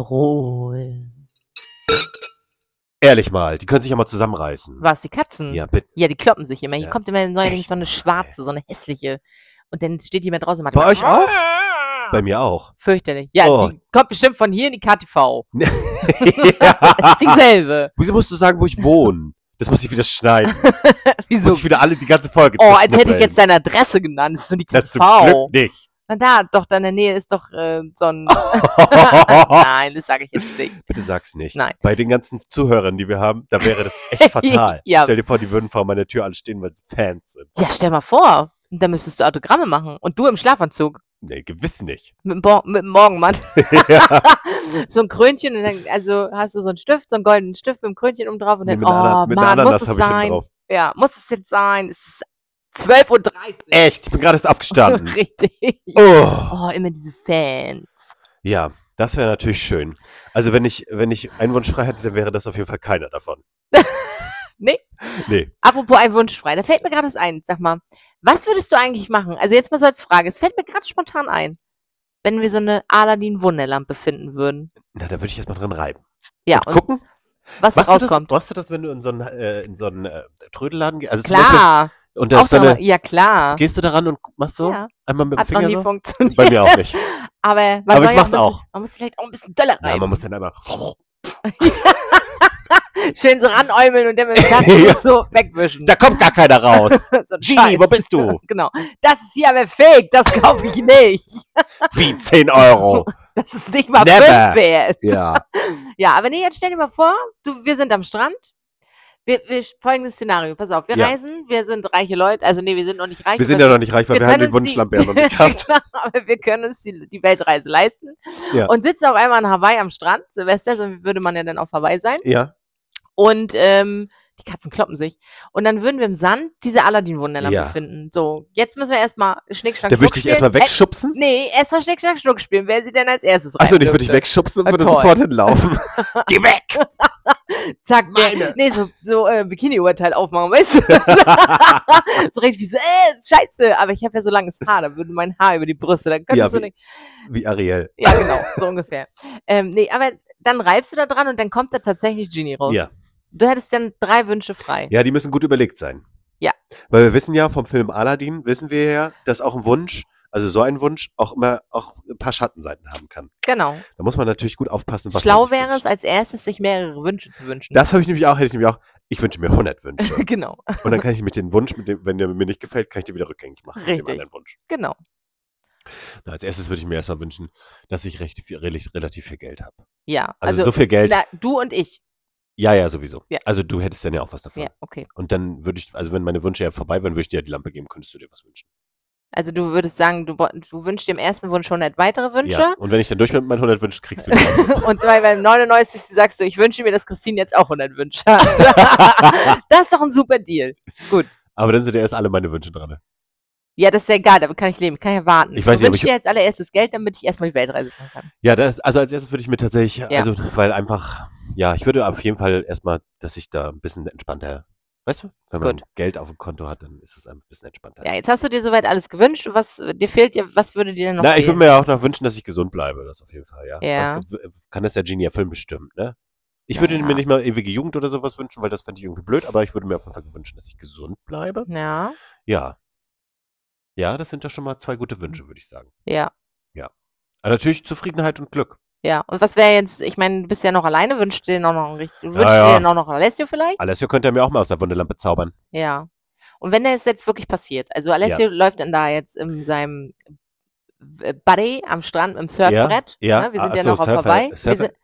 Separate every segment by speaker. Speaker 1: Rhabarberol.
Speaker 2: Ehrlich mal, die können sich ja mal zusammenreißen.
Speaker 1: Was, die Katzen?
Speaker 2: Ja, bitte.
Speaker 1: Ja, die kloppen sich immer. Hier
Speaker 2: Ja.
Speaker 1: kommt immer neulich
Speaker 2: Echt
Speaker 1: so eine
Speaker 2: mal,
Speaker 1: schwarze, so eine hässliche. Und dann steht jemand draußen und macht
Speaker 2: Bei euch auch? Bei mir auch.
Speaker 1: Fürchterlich. Ja,
Speaker 2: Oh.
Speaker 1: die kommt bestimmt von hier in die KTV. Ist
Speaker 2: ja.
Speaker 1: dieselbe.
Speaker 2: Wieso musst du sagen, wo ich wohne? Das muss ich wieder schneiden.
Speaker 1: Wieso?
Speaker 2: Muss ich wieder alle die ganze Folge
Speaker 1: Oh, als hätte ich
Speaker 2: zerschnippeln.
Speaker 1: jetzt deine Adresse genannt. Das ist nur die
Speaker 2: Na, zum Glück
Speaker 1: KTV.
Speaker 2: nicht.
Speaker 1: Na da, doch, da in der Nähe ist doch äh, so ein.
Speaker 2: Oh.
Speaker 1: Nein, das sage ich jetzt nicht.
Speaker 2: Bitte sag's nicht.
Speaker 1: Nein.
Speaker 2: Bei den ganzen Zuhörern, die wir haben, da wäre das echt fatal.
Speaker 1: Ja.
Speaker 2: Stell dir vor, die würden vor meiner Tür alle stehen, weil sie Fans sind.
Speaker 1: Ja, stell mal vor. Und dann müsstest du Autogramme machen. Und du im Schlafanzug.
Speaker 2: Nee, gewiss nicht.
Speaker 1: Mit, dem Bo- mit dem Morgenmantel.
Speaker 2: ja.
Speaker 1: so ein Krönchen. Und dann, also hast du so einen Stift, so einen goldenen Stift mit einem Krönchen um drauf. Und
Speaker 2: Nee,
Speaker 1: dann,
Speaker 2: mit
Speaker 1: oh,
Speaker 2: einer, Ana- mit einer
Speaker 1: Mann, muss
Speaker 2: Ananas
Speaker 1: es
Speaker 2: habe ich hinten
Speaker 1: sein.
Speaker 2: drauf.
Speaker 1: Ja, muss es jetzt sein. Es ist 12.30
Speaker 2: Echt, ich bin gerade erst
Speaker 1: Uhr.
Speaker 2: aufgestanden.
Speaker 1: Richtig.
Speaker 2: Oh.
Speaker 1: Oh, immer diese Fans.
Speaker 2: Ja, das wäre natürlich schön. Also wenn ich, wenn ich einen Wunsch frei hätte, dann wäre das auf jeden Fall keiner davon.
Speaker 1: Nee.
Speaker 2: Nee.
Speaker 1: Apropos ein Wunsch frei, da fällt mir gerade das ein. Sag mal, was würdest du eigentlich machen? Also jetzt mal so als Frage, es fällt mir gerade spontan ein, wenn wir so eine Aladdin-Wunderlampe finden würden.
Speaker 2: Na, da würde ich erstmal dran reiben.
Speaker 1: Ja,
Speaker 2: und
Speaker 1: und,
Speaker 2: gucken,
Speaker 1: was
Speaker 2: was du das,
Speaker 1: rauskommt.
Speaker 2: machst du das, wenn du in so einen, äh, in so einen äh, Trödelladen gehst? Also zum
Speaker 1: Klar,
Speaker 2: Beispiel, und da ist so
Speaker 1: Aufnahme-
Speaker 2: eine,
Speaker 1: ja klar.
Speaker 2: gehst du daran und machst so
Speaker 1: ja,
Speaker 2: einmal mit dem
Speaker 1: hat noch
Speaker 2: Finger
Speaker 1: nie
Speaker 2: so?
Speaker 1: funktioniert.
Speaker 2: Bei mir auch nicht.
Speaker 1: Aber, man
Speaker 2: Aber
Speaker 1: soll
Speaker 2: ich
Speaker 1: ja
Speaker 2: mach's
Speaker 1: ein bisschen,
Speaker 2: auch.
Speaker 1: Man muss vielleicht auch ein bisschen döller
Speaker 2: Nein,
Speaker 1: rein.
Speaker 2: man muss dann einmal.
Speaker 1: Schön so ranäumeln und dann mit dem
Speaker 2: Ja.
Speaker 1: Taschentuch so wegwischen.
Speaker 2: Da kommt gar keiner raus.
Speaker 1: so ein
Speaker 2: Genie, wo
Speaker 1: Scheiß.
Speaker 2: bist du?
Speaker 1: genau. Das ist hier aber fake, das kaufe ich nicht.
Speaker 2: Wie 10 Euro.
Speaker 1: Das ist nicht mal
Speaker 2: Never.
Speaker 1: fünf wert.
Speaker 2: Ja.
Speaker 1: Ja, aber nee, jetzt stell dir mal vor, du, wir sind am Strand. Wir, wir folgendes Szenario, pass auf, wir
Speaker 2: Ja.
Speaker 1: reisen, wir sind reiche Leute, also nee, wir sind noch nicht reich.
Speaker 2: Wir sind
Speaker 1: aber-
Speaker 2: ja noch nicht reich, weil wir, haben den
Speaker 1: können uns die-
Speaker 2: Wunschlampe ja noch nicht gehabt.
Speaker 1: genau, aber wir können uns die, die Weltreise leisten
Speaker 2: Ja.
Speaker 1: und sitzen auf einmal in Hawaii am Strand, Silvester, so würde man ja dann auf Hawaii sein.
Speaker 2: Ja.
Speaker 1: Und ähm, die Katzen kloppen sich. Und dann würden wir im Sand diese Aladdin-Wunderlampe
Speaker 2: Ja.
Speaker 1: finden. So, jetzt müssen wir erstmal Schnick, Schnack,
Speaker 2: Da
Speaker 1: Schnuck
Speaker 2: würde ich dich
Speaker 1: spielen.
Speaker 2: erstmal wegschubsen.
Speaker 1: Äh, nee, erstmal Schnick, Schnack, Schnuck spielen. Wer sie denn als erstes rein
Speaker 2: Achso, und ich würde
Speaker 1: dürfte.
Speaker 2: dich wegschubsen und
Speaker 1: Ah,
Speaker 2: würde
Speaker 1: toll.
Speaker 2: sofort hinlaufen. Geh weg!
Speaker 1: Zack, meine.
Speaker 2: Meine.
Speaker 1: Nee, so, so äh, Bikini-Urteil aufmachen, weißt du? so richtig wie so, äh, scheiße. Aber ich habe ja so langes Haar, da würde mein Haar über die Brüste, dann könntest
Speaker 2: Ja,
Speaker 1: du
Speaker 2: wie-
Speaker 1: nicht.
Speaker 2: Wie Ariel.
Speaker 1: Ja, genau, so ungefähr. Ähm, nee, aber dann reibst du da dran und dann kommt da tatsächlich Genie raus.
Speaker 2: Ja.
Speaker 1: Du hättest dann drei Wünsche frei.
Speaker 2: Ja, die müssen gut überlegt sein.
Speaker 1: Ja.
Speaker 2: Weil wir wissen ja vom Film Aladdin, wissen wir ja, dass auch ein Wunsch, also so ein Wunsch, auch immer auch ein paar Schattenseiten haben kann.
Speaker 1: Genau.
Speaker 2: Da muss man natürlich gut aufpassen, was man
Speaker 1: Schlau
Speaker 2: sich
Speaker 1: wäre
Speaker 2: wünscht.
Speaker 1: es, als erstes sich mehrere Wünsche zu wünschen.
Speaker 2: Das habe ich nämlich auch, hätte ich nämlich auch, ich wünsche mir 100 Wünsche.
Speaker 1: genau,
Speaker 2: Und dann kann ich mit dem Wunsch, mit dem, wenn der mir nicht gefällt, kann ich den wieder rückgängig machen. Mit
Speaker 1: Richtig.
Speaker 2: dem anderen Wunsch.
Speaker 1: genau.
Speaker 2: Na, als erstes würde ich mir erstmal wünschen, dass ich recht viel, rel- relativ viel Geld habe.
Speaker 1: Ja,
Speaker 2: Also,
Speaker 1: also,
Speaker 2: so viel Geld.
Speaker 1: na, du und ich.
Speaker 2: ja, ja, sowieso.
Speaker 1: Ja.
Speaker 2: Also du hättest dann ja auch was davon.
Speaker 1: Ja, okay.
Speaker 2: Und dann würde ich, also wenn meine Wünsche ja vorbei wären, würde ich dir ja die Lampe geben, könntest du dir was wünschen.
Speaker 1: Also du würdest sagen, du, bo- du wünschst dem ersten Wunsch 100 weitere Wünsche.
Speaker 2: Ja. Und wenn ich dann durch bin mit meinen 100 Wünschen, kriegst du die Lampe.
Speaker 1: Und bei beim 99. sagst du, ich wünsche mir, dass Christine jetzt auch 100 Wünsche hat. das ist doch ein super Deal.
Speaker 2: Aber dann sind ja erst alle meine Wünsche dran.
Speaker 1: Ja, das ist ja egal, damit kann ich leben, kann ich ja warten.
Speaker 2: Ich weiß
Speaker 1: du
Speaker 2: nicht, ob
Speaker 1: wünschst
Speaker 2: ich-
Speaker 1: dir als allererstes Geld, damit ich erstmal die Weltreise machen kann.
Speaker 2: Ja, das, also als erstes würde ich mir tatsächlich, also weil einfach, ja, ich würde auf jeden Fall erstmal, dass ich da ein bisschen entspannter, weißt du, wenn man
Speaker 1: Gut.
Speaker 2: Geld auf dem Konto hat, dann ist es ein bisschen entspannter.
Speaker 1: Ja, jetzt hast du dir soweit alles gewünscht. Was äh, dir fehlt, dir- was würde dir denn noch
Speaker 2: Na, ich würde
Speaker 1: fehlen?
Speaker 2: mir ja auch noch wünschen, dass ich gesund bleibe, das auf jeden Fall, ja.
Speaker 1: Ja.
Speaker 2: Das w- kann das der Genie ja Film bestimmt, ne? Ich würde
Speaker 1: Naja.
Speaker 2: mir nicht mal ewige Jugend oder sowas wünschen, weil das fände ich irgendwie blöd, aber ich würde mir auf jeden Fall wünschen, dass ich gesund bleibe.
Speaker 1: ja,
Speaker 2: Ja. Ja, das sind ja schon mal zwei gute Wünsche, würde ich sagen.
Speaker 1: ja,
Speaker 2: Aber natürlich Zufriedenheit und Glück.
Speaker 1: ja. Und was wäre jetzt, ich meine, du bist ja noch alleine, wünschst dir noch, noch einen richtigen,
Speaker 2: Ja,
Speaker 1: wünschst
Speaker 2: ja.
Speaker 1: dir noch, noch Alessio vielleicht?
Speaker 2: Alessio könnte er mir auch mal aus der Wunderlampe zaubern.
Speaker 1: Ja. Und wenn das jetzt wirklich passiert, also Alessio läuft dann da jetzt in seinem äh, Buddy am Strand mit dem Surfbrett.
Speaker 2: Ja,
Speaker 1: ne? Wir sind
Speaker 2: ah,
Speaker 1: ja
Speaker 2: so,
Speaker 1: noch auf
Speaker 2: Surfer-
Speaker 1: vorbei. Wir
Speaker 2: Surfer-
Speaker 1: sind-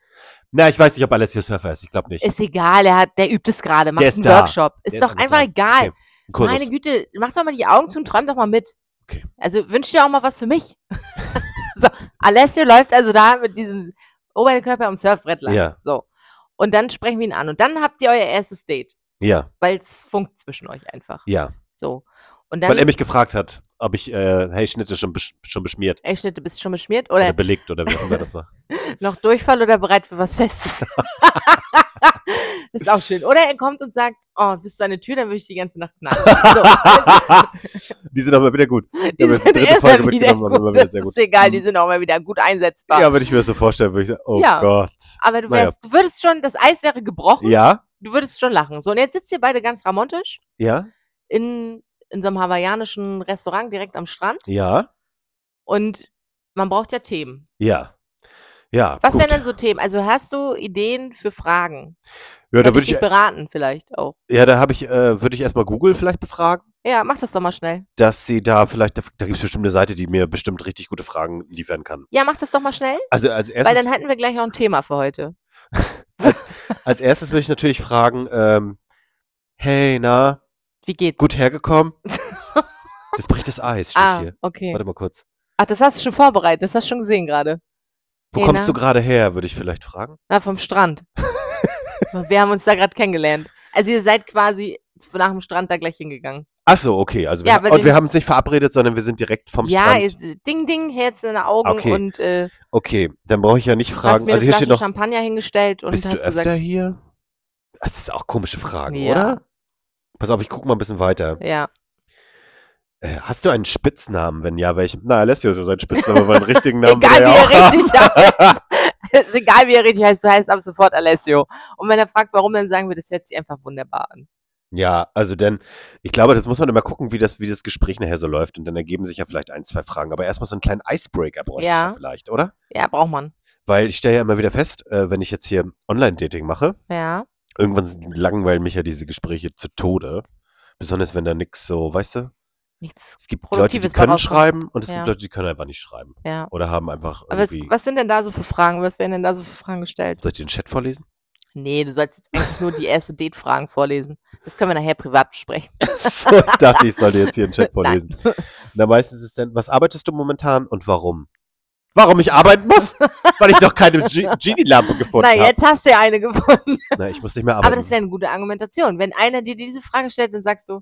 Speaker 2: Na, ich weiß nicht, ob Alessio Surfer ist. Ich glaube nicht.
Speaker 1: Ist egal, er hat, der übt es gerade, macht
Speaker 2: Der ist
Speaker 1: einen
Speaker 2: da.
Speaker 1: Workshop. Ist
Speaker 2: Der
Speaker 1: doch
Speaker 2: noch nicht
Speaker 1: einfach
Speaker 2: da.
Speaker 1: egal.
Speaker 2: Okay. Kursus.
Speaker 1: Meine Güte, mach doch mal die Augen zu und träum doch mal mit.
Speaker 2: Okay.
Speaker 1: Also wünsch dir auch mal was für mich. so, Alessio läuft also da mit diesem Oberkörper am Surfbrett lang.
Speaker 2: Ja.
Speaker 1: So. Und dann sprechen wir ihn an. Und dann habt ihr euer erstes Date,
Speaker 2: Ja,
Speaker 1: weil es funkt zwischen euch einfach.
Speaker 2: ja.
Speaker 1: So. Und
Speaker 2: Weil er
Speaker 1: dann,
Speaker 2: mich gefragt hat. ob ich, äh, hey, Schnitte schon, besch schon beschmiert
Speaker 1: Ey, Schnitte, bist du schon beschmiert?
Speaker 2: oder,
Speaker 1: Oder
Speaker 2: belegt oder wie auch immer das war.
Speaker 1: noch Durchfall oder bereit für was Festes? ist auch schön. Oder er kommt und sagt, oh, bist du an der Tür, dann würde ich die ganze Nacht knallen.
Speaker 2: die sind aber wieder gut.
Speaker 1: Die
Speaker 2: haben jetzt die dritte
Speaker 1: erst
Speaker 2: Folge
Speaker 1: mal
Speaker 2: mitgenommen, aber immer wieder
Speaker 1: Das
Speaker 2: sehr gut.
Speaker 1: ist egal,
Speaker 2: Mhm.
Speaker 1: die sind auch mal wieder gut einsetzbar.
Speaker 2: Ja, wenn ich mir das so vorstelle, würde ich sagen, oh
Speaker 1: Ja.
Speaker 2: Gott.
Speaker 1: Aber du
Speaker 2: Naja.
Speaker 1: wärst, du würdest schon, das Eis wäre gebrochen,
Speaker 2: Ja?
Speaker 1: du würdest schon lachen. So, und jetzt sitzt ihr beide ganz ramontisch
Speaker 2: Ja?
Speaker 1: in, in so einem hawaiianischen Restaurant direkt am Strand
Speaker 2: Ja?
Speaker 1: und man braucht ja Themen.
Speaker 2: Ja. Ja,
Speaker 1: Was
Speaker 2: gut.
Speaker 1: wären denn so Themen? Also hast du Ideen für Fragen?
Speaker 2: ja, da
Speaker 1: Kann
Speaker 2: würde
Speaker 1: dich
Speaker 2: ich,
Speaker 1: beraten vielleicht auch.
Speaker 2: ja, da habe ich, äh, würde ich erstmal Google vielleicht befragen,
Speaker 1: Ja, mach das doch mal schnell.
Speaker 2: dass sie da vielleicht, da, da gibt es bestimmt eine Seite, die mir bestimmt richtig gute Fragen liefern kann.
Speaker 1: Ja, mach das doch mal schnell,
Speaker 2: Also als
Speaker 1: weil
Speaker 2: erstes,
Speaker 1: dann hätten wir gleich auch ein Thema für heute.
Speaker 2: als erstes würde ich natürlich fragen, ähm, hey, na,
Speaker 1: Wie geht's?
Speaker 2: gut hergekommen? das bricht das Eis, steht
Speaker 1: ah,
Speaker 2: hier.
Speaker 1: okay.
Speaker 2: Warte mal kurz.
Speaker 1: Ach, das hast du schon vorbereitet, das hast du schon gesehen gerade.
Speaker 2: Wo
Speaker 1: Hey,
Speaker 2: kommst
Speaker 1: na?
Speaker 2: du gerade her, würde ich vielleicht fragen.
Speaker 1: Na, vom Strand. wir haben uns da gerade kennengelernt. Also ihr seid quasi nach dem Strand da gleich hingegangen.
Speaker 2: Ach so, okay. Also wir,
Speaker 1: Ja, weil
Speaker 2: und
Speaker 1: wir-
Speaker 2: wir haben uns nicht verabredet, sondern wir sind direkt vom
Speaker 1: ja,
Speaker 2: Strand. Ah,
Speaker 1: ist, Ding, Ding, Herz in den Augen
Speaker 2: Okay.
Speaker 1: und äh,
Speaker 2: okay, dann brauche ich ja nicht
Speaker 1: hast
Speaker 2: fragen.
Speaker 1: mir
Speaker 2: Also
Speaker 1: eine
Speaker 2: hier
Speaker 1: Flasche
Speaker 2: steht noch,
Speaker 1: Champagner hingestellt und
Speaker 2: bist du
Speaker 1: hast
Speaker 2: öfter
Speaker 1: gesagt,
Speaker 2: hier? Das ist auch komische Fragen,
Speaker 1: Ja.
Speaker 2: oder? Pass auf, ich gucke mal ein bisschen weiter.
Speaker 1: ja,
Speaker 2: Äh, hast du einen Spitznamen? Wenn ja, welchen? Na, Alessio ist ja sein Spitzname, aber einen richtigen Namen
Speaker 1: egal
Speaker 2: will er
Speaker 1: wie
Speaker 2: auch
Speaker 1: er
Speaker 2: haben.
Speaker 1: richtig heißt, ist egal wie er richtig heißt, du heißt ab sofort Alessio. Und wenn er fragt, warum, dann sagen wir, das hört sich einfach wunderbar an.
Speaker 2: Ja, also denn, ich glaube, das muss man immer gucken, wie das, wie das Gespräch nachher so läuft. Und dann ergeben sich ja vielleicht ein, zwei Fragen. Aber erstmal so einen kleinen Icebreaker bräuchte ich
Speaker 1: Ja.
Speaker 2: ja vielleicht, oder?
Speaker 1: Ja, braucht man.
Speaker 2: Weil ich stelle ja immer wieder fest, äh, wenn ich jetzt hier Online-Dating mache,
Speaker 1: Ja.
Speaker 2: irgendwann sind- langweilen mich ja diese Gespräche zu Tode. Besonders wenn da nix so, weißt du?
Speaker 1: Nichts.
Speaker 2: Es gibt Leute, die
Speaker 1: Produktives
Speaker 2: können
Speaker 1: rauskommt.
Speaker 2: schreiben und es
Speaker 1: Ja.
Speaker 2: gibt Leute, die können einfach nicht schreiben.
Speaker 1: Ja.
Speaker 2: Oder haben einfach
Speaker 1: Aber was,
Speaker 2: irgendwie.
Speaker 1: was sind denn da so für Fragen? Was werden denn da so für Fragen gestellt?
Speaker 2: Soll ich den Chat vorlesen?
Speaker 1: Nee, du sollst jetzt eigentlich nur die erste Date-Fragen vorlesen. Das können wir nachher privat besprechen.
Speaker 2: so, ich dachte, ich sollte jetzt hier den Chat vorlesen. Na, meistens ist dann, was arbeitest du momentan und warum? Warum ich arbeiten muss? Weil ich noch keine Ge- Genie-Lampe gefunden
Speaker 1: Na,
Speaker 2: habe.
Speaker 1: jetzt hast du ja eine gefunden.
Speaker 2: Na, ich muss nicht mehr arbeiten.
Speaker 1: Aber das wäre eine gute Argumentation. Wenn einer dir diese Frage stellt, dann sagst du,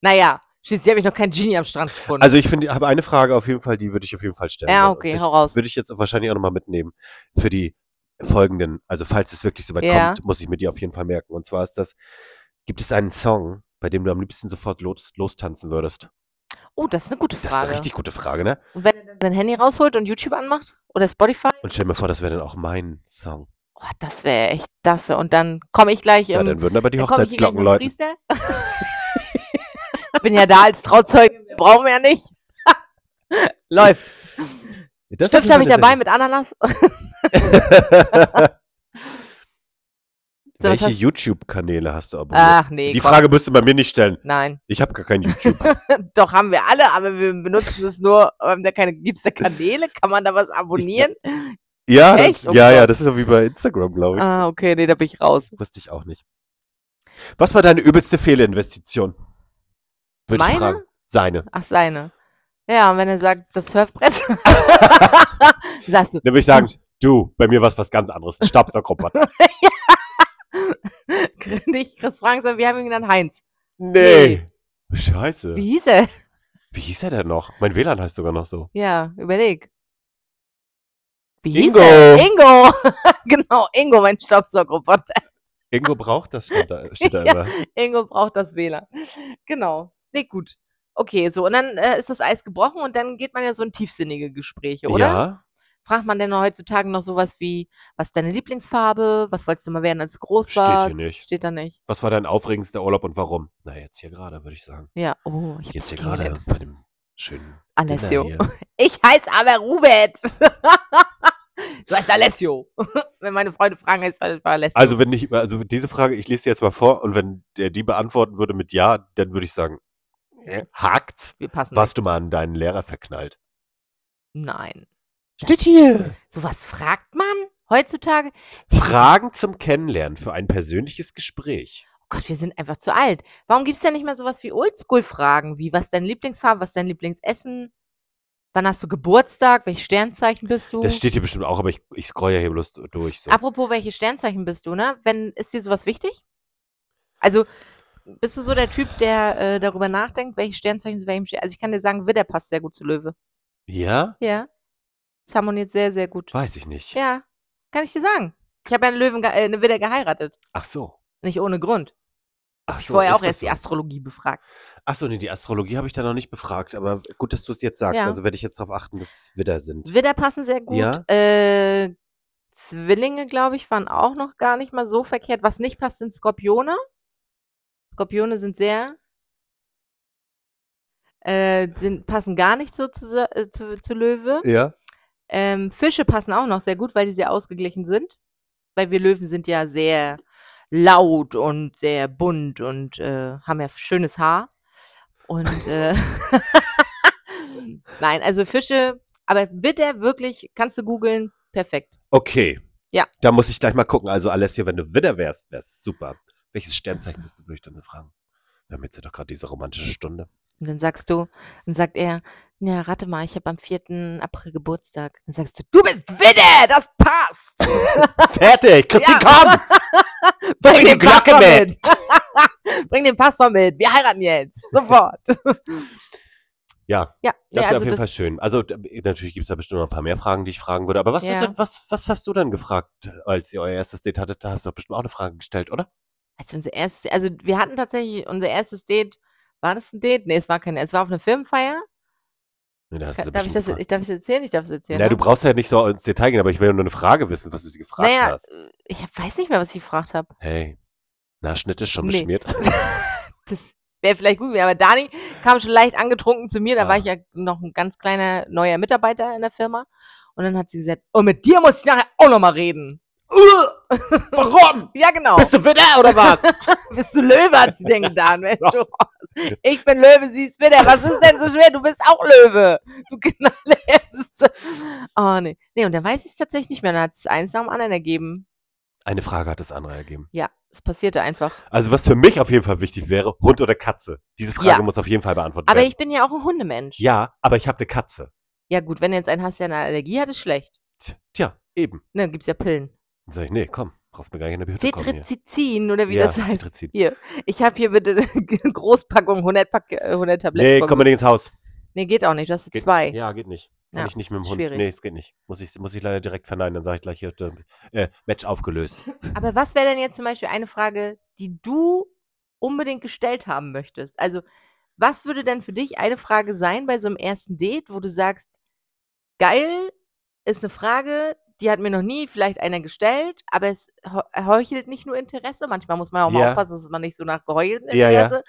Speaker 1: naja, schließlich habe ich noch keinen Genie am Strand gefunden.
Speaker 2: also ich finde, ich habe eine Frage auf jeden Fall, die würde ich auf jeden Fall stellen.
Speaker 1: Ja,
Speaker 2: wollen. Und
Speaker 1: okay,
Speaker 2: das
Speaker 1: hau raus.
Speaker 2: Würde ich jetzt auch wahrscheinlich auch nochmal mitnehmen für die folgenden. Also falls es wirklich soweit
Speaker 1: Ja.
Speaker 2: kommt, muss ich mir die auf jeden Fall merken. Und zwar ist das, gibt es einen Song, bei dem du am liebsten sofort los, lostanzen würdest?
Speaker 1: oh, das ist eine gute
Speaker 2: Das ist
Speaker 1: Frage.
Speaker 2: eine richtig gute Frage, ne?
Speaker 1: und wenn er dann sein Handy rausholt und YouTube anmacht oder Spotify,
Speaker 2: Und stell mir vor, das wäre dann auch mein Song.
Speaker 1: oh, das wäre echt, das wäre. Und dann komme ich gleich im,
Speaker 2: Ja, dann würden aber die
Speaker 1: dann komm ich hier gleich
Speaker 2: Hochzeitsglocken
Speaker 1: mit dem
Speaker 2: läuten.
Speaker 1: Priester. Bin ja da als Trauzeuge, wir brauchen wir ja nicht. Läuft.
Speaker 2: Das ist auf
Speaker 1: Stift habe ich
Speaker 2: jeden
Speaker 1: dabei
Speaker 2: Fall
Speaker 1: mit Ananas.
Speaker 2: eine Sache.
Speaker 1: So, was
Speaker 2: Welche
Speaker 1: hast-
Speaker 2: YouTube-Kanäle hast du abonniert?
Speaker 1: Ach nee,
Speaker 2: die
Speaker 1: komm,
Speaker 2: Frage müsste man mir nicht stellen.
Speaker 1: nein.
Speaker 2: Ich habe gar kein YouTube.
Speaker 1: Doch haben wir alle, aber wir benutzen es nur, ähm, da keine, gibt es da Kanäle? Kann man da was abonnieren?
Speaker 2: ja, das,
Speaker 1: Echt? Oh
Speaker 2: ja, ja,
Speaker 1: Gott.
Speaker 2: das ist ja wie bei Instagram, glaube ich.
Speaker 1: Ah, okay, nee, da bin ich raus.
Speaker 2: Wusste ich auch nicht. Was war deine übelste Fehlinvestition? Würde ich
Speaker 1: Meine?
Speaker 2: fragen. Seine.
Speaker 1: Ach, seine. Ja, und wenn er sagt, das Surfbrett, sagst du,
Speaker 2: Dann würde ich sagen, du, bei mir war es was ganz anderes. Ein Staubsaugroboter.
Speaker 1: nicht Chris Frank, sondern wir haben ihn genannt Heinz.
Speaker 2: nee. Scheiße.
Speaker 1: Wie
Speaker 2: Wie?
Speaker 1: hieß er?
Speaker 2: hieß er denn noch? Mein WLAN heißt sogar noch so.
Speaker 1: Ja, überleg. Wie hieß
Speaker 2: Ingo.
Speaker 1: er? Ingo! genau, Ingo, mein Staubsaugroboter.
Speaker 2: Ingo braucht das, steht da, steht da
Speaker 1: Ja.
Speaker 2: immer.
Speaker 1: Ingo braucht das WLAN. Genau. Nee, gut. Okay, so, und dann äh, ist das Eis gebrochen und dann geht man ja so in tiefsinnige Gespräche, oder?
Speaker 2: Ja.
Speaker 1: Fragt man denn heutzutage noch sowas wie, was ist deine Lieblingsfarbe? Was wolltest du mal werden, als du groß
Speaker 2: Steht
Speaker 1: warst?
Speaker 2: hier nicht.
Speaker 1: Steht da nicht.
Speaker 2: Was war dein aufregendster Urlaub und warum? Na, jetzt hier gerade, würde ich sagen.
Speaker 1: Ja, oh, ich hab
Speaker 2: Jetzt
Speaker 1: dich
Speaker 2: hier gerade
Speaker 1: kennengelernt.
Speaker 2: bei dem schönen Dinner
Speaker 1: Alessio.
Speaker 2: hier.
Speaker 1: Ich heiße aber Rubert. du heißt Alessio. Wenn meine Freunde fragen, heißt du Alessio.
Speaker 2: Also wenn ich, also diese Frage, ich lese sie jetzt mal vor und wenn der die beantworten würde mit Ja, dann würde ich sagen, hakt's.
Speaker 1: wir passen.
Speaker 2: Warst du mal an deinen Lehrer verknallt?
Speaker 1: nicht. Nein.
Speaker 2: Steht hier.
Speaker 1: Sowas fragt man heutzutage?
Speaker 2: Fragen zum Kennenlernen für ein persönliches Gespräch.
Speaker 1: Oh Gott, wir sind einfach zu alt. Warum gibt es denn nicht mehr sowas wie Oldschool-Fragen? Wie, was ist deine Lieblingsfarbe? Was ist dein Lieblingsessen? Wann hast du Geburtstag? Welches Sternzeichen bist du?
Speaker 2: Das steht hier bestimmt auch, aber ich, ich scroll ja hier bloß durch. So.
Speaker 1: Apropos, welches Sternzeichen bist du, ne? Wenn, ist dir sowas wichtig? Also, Bist du so der Typ, der äh, darüber nachdenkt, welche Sternzeichen zu welchem steht? Also ich kann dir sagen, Widder passt sehr gut zu Löwe.
Speaker 2: Ja?
Speaker 1: Ja. Es harmoniert sehr, sehr gut.
Speaker 2: Weiß ich nicht.
Speaker 1: Ja, kann ich dir sagen. Ich habe ja einen Löwen, ge- äh, eine Widder geheiratet.
Speaker 2: Ach so.
Speaker 1: Nicht ohne Grund.
Speaker 2: Ach
Speaker 1: Ich
Speaker 2: so,
Speaker 1: vorher
Speaker 2: ist
Speaker 1: auch
Speaker 2: das
Speaker 1: erst die
Speaker 2: so?
Speaker 1: Astrologie befragt.
Speaker 2: Ach so, nee, die Astrologie habe ich da noch nicht befragt, aber gut, dass du es jetzt sagst.
Speaker 1: Ja.
Speaker 2: Also werde ich jetzt darauf achten, dass es Widder sind.
Speaker 1: Widder passen sehr gut.
Speaker 2: Ja.
Speaker 1: Äh, Zwillinge, glaube ich, waren auch noch gar nicht mal so verkehrt. Was nicht passt, sind Skorpione. Skorpione sind sehr. Äh, sind, passen gar nicht so zu, äh, zu, zu Löwe.
Speaker 2: Ja?
Speaker 1: Ähm, Fische passen auch noch sehr gut, weil die sehr ausgeglichen sind. Weil wir Löwen sind ja sehr laut und sehr bunt und äh, haben ja schönes Haar. Und äh, nein, also Fische, aber Widder wirklich, kannst du googeln, perfekt.
Speaker 2: Okay.
Speaker 1: Ja.
Speaker 2: Da muss ich gleich mal gucken. Also, Alessio, wenn du Widder wärst, wär's super. Welches Sternzeichen bist du, würde ich dann fragen. Wir haben jetzt ja doch gerade diese romantische Stunde.
Speaker 1: Und dann sagst du, dann sagt er, ja, rate mal, ich habe am 4. April Geburtstag. Dann sagst du, du bist Widder, das passt.
Speaker 2: Fertig! Christine,
Speaker 1: Ja.
Speaker 2: komm!
Speaker 1: Bring den
Speaker 2: die Glocke
Speaker 1: Pastor mit. Bring den Pastor mit, wir heiraten jetzt, sofort.
Speaker 2: Ja,
Speaker 1: Ja, nee,
Speaker 2: das wäre
Speaker 1: also
Speaker 2: auf jeden Fall schön. Also, d- natürlich gibt es da bestimmt noch ein paar mehr Fragen, die ich fragen würde. Aber was,
Speaker 1: Ja.
Speaker 2: denn, was, was hast du dann gefragt, als ihr euer erstes Date hattet? Da hast du doch bestimmt auch eine Frage gestellt, oder?
Speaker 1: Als unser erstes, also wir hatten tatsächlich unser erstes Date. War das ein Date? Nee, es war kein, es war auf einer Firmenfeier.
Speaker 2: Nee, da hast
Speaker 1: Ka-
Speaker 2: du
Speaker 1: Darf ich
Speaker 2: bestimmt
Speaker 1: das,
Speaker 2: gefragt.
Speaker 1: ich darf es erzählen? Ich darf es erzählen.
Speaker 2: Na,
Speaker 1: ne?
Speaker 2: du brauchst ja nicht so ins Detail gehen, aber ich will nur eine Frage wissen, was du sie gefragt
Speaker 1: Naja,
Speaker 2: hast.
Speaker 1: äh, ich hab- weiß nicht mehr, was ich gefragt habe.
Speaker 2: Hey, na, Schnitt ist schon
Speaker 1: Nee.
Speaker 2: beschmiert.
Speaker 1: Das wäre vielleicht gut gewesen, aber Dani kam schon leicht angetrunken zu mir. Da war
Speaker 2: Ah.
Speaker 1: ich ja noch ein ganz kleiner neuer Mitarbeiter in der Firma. Und dann hat sie gesagt, und mit dir muss ich nachher auch nochmal reden.
Speaker 2: Äh, Warum?
Speaker 1: Ja, genau.
Speaker 2: Bist du Widder oder was?
Speaker 1: Bist du Löwe, hat sie denn getan. Mensch, du Horst. ich bin Löwe, sie ist Widder. Was ist denn so schwer? Du bist auch Löwe. Du Knallhemste. Oh, nee. Nee, und dann weiß ich es tatsächlich nicht mehr. Dann hat es eins nach dem anderen ergeben.
Speaker 2: Eine Frage hat das andere ergeben.
Speaker 1: Ja, es passierte einfach.
Speaker 2: Also was für mich auf jeden Fall wichtig wäre, Hund oder Katze. Diese Frage
Speaker 1: Ja.
Speaker 2: muss auf jeden Fall beantwortet
Speaker 1: Aber
Speaker 2: werden.
Speaker 1: ich bin ja auch ein Hundemensch.
Speaker 2: ja, aber ich habe eine Katze.
Speaker 1: Ja, gut, wenn du jetzt einen hast, der eine Allergie hat, ist schlecht.
Speaker 2: Tja, Tja, eben.
Speaker 1: Ne, gibt's ja Pillen.
Speaker 2: Dann sag ich, nee, komm, brauchst mir gar nicht in der Behütte kommen hier.
Speaker 1: Cetrizin oder wie
Speaker 2: ja,
Speaker 1: das heißt.
Speaker 2: Cetirizin.
Speaker 1: Hier, ich habe hier bitte eine Großpackung 100, Pack, äh, 100 Tabletten.
Speaker 2: Nee,
Speaker 1: von
Speaker 2: komm
Speaker 1: mir.
Speaker 2: mir nicht ins Haus.
Speaker 1: nee, geht auch nicht. Du hast
Speaker 2: Geht,
Speaker 1: zwei.
Speaker 2: Ja, geht nicht. Kann
Speaker 1: Ja,
Speaker 2: ich nicht mit dem Hund.
Speaker 1: schwierig.
Speaker 2: Nee, es geht nicht. Muss ich, muss ich leider direkt verneinen. Dann sage ich gleich hier, äh, Match aufgelöst.
Speaker 1: Aber was wäre denn jetzt zum Beispiel eine Frage, die du unbedingt gestellt haben möchtest? Also, was würde denn für dich eine Frage sein bei so einem ersten Date, wo du sagst, geil ist eine Frage, die hat mir noch nie vielleicht einer gestellt, aber es heu- heuchelt nicht nur Interesse. Manchmal muss man auch mal
Speaker 2: Ja.
Speaker 1: aufpassen, dass man nicht so nach geheucheltem
Speaker 2: Ja, ja.
Speaker 1: Interesse.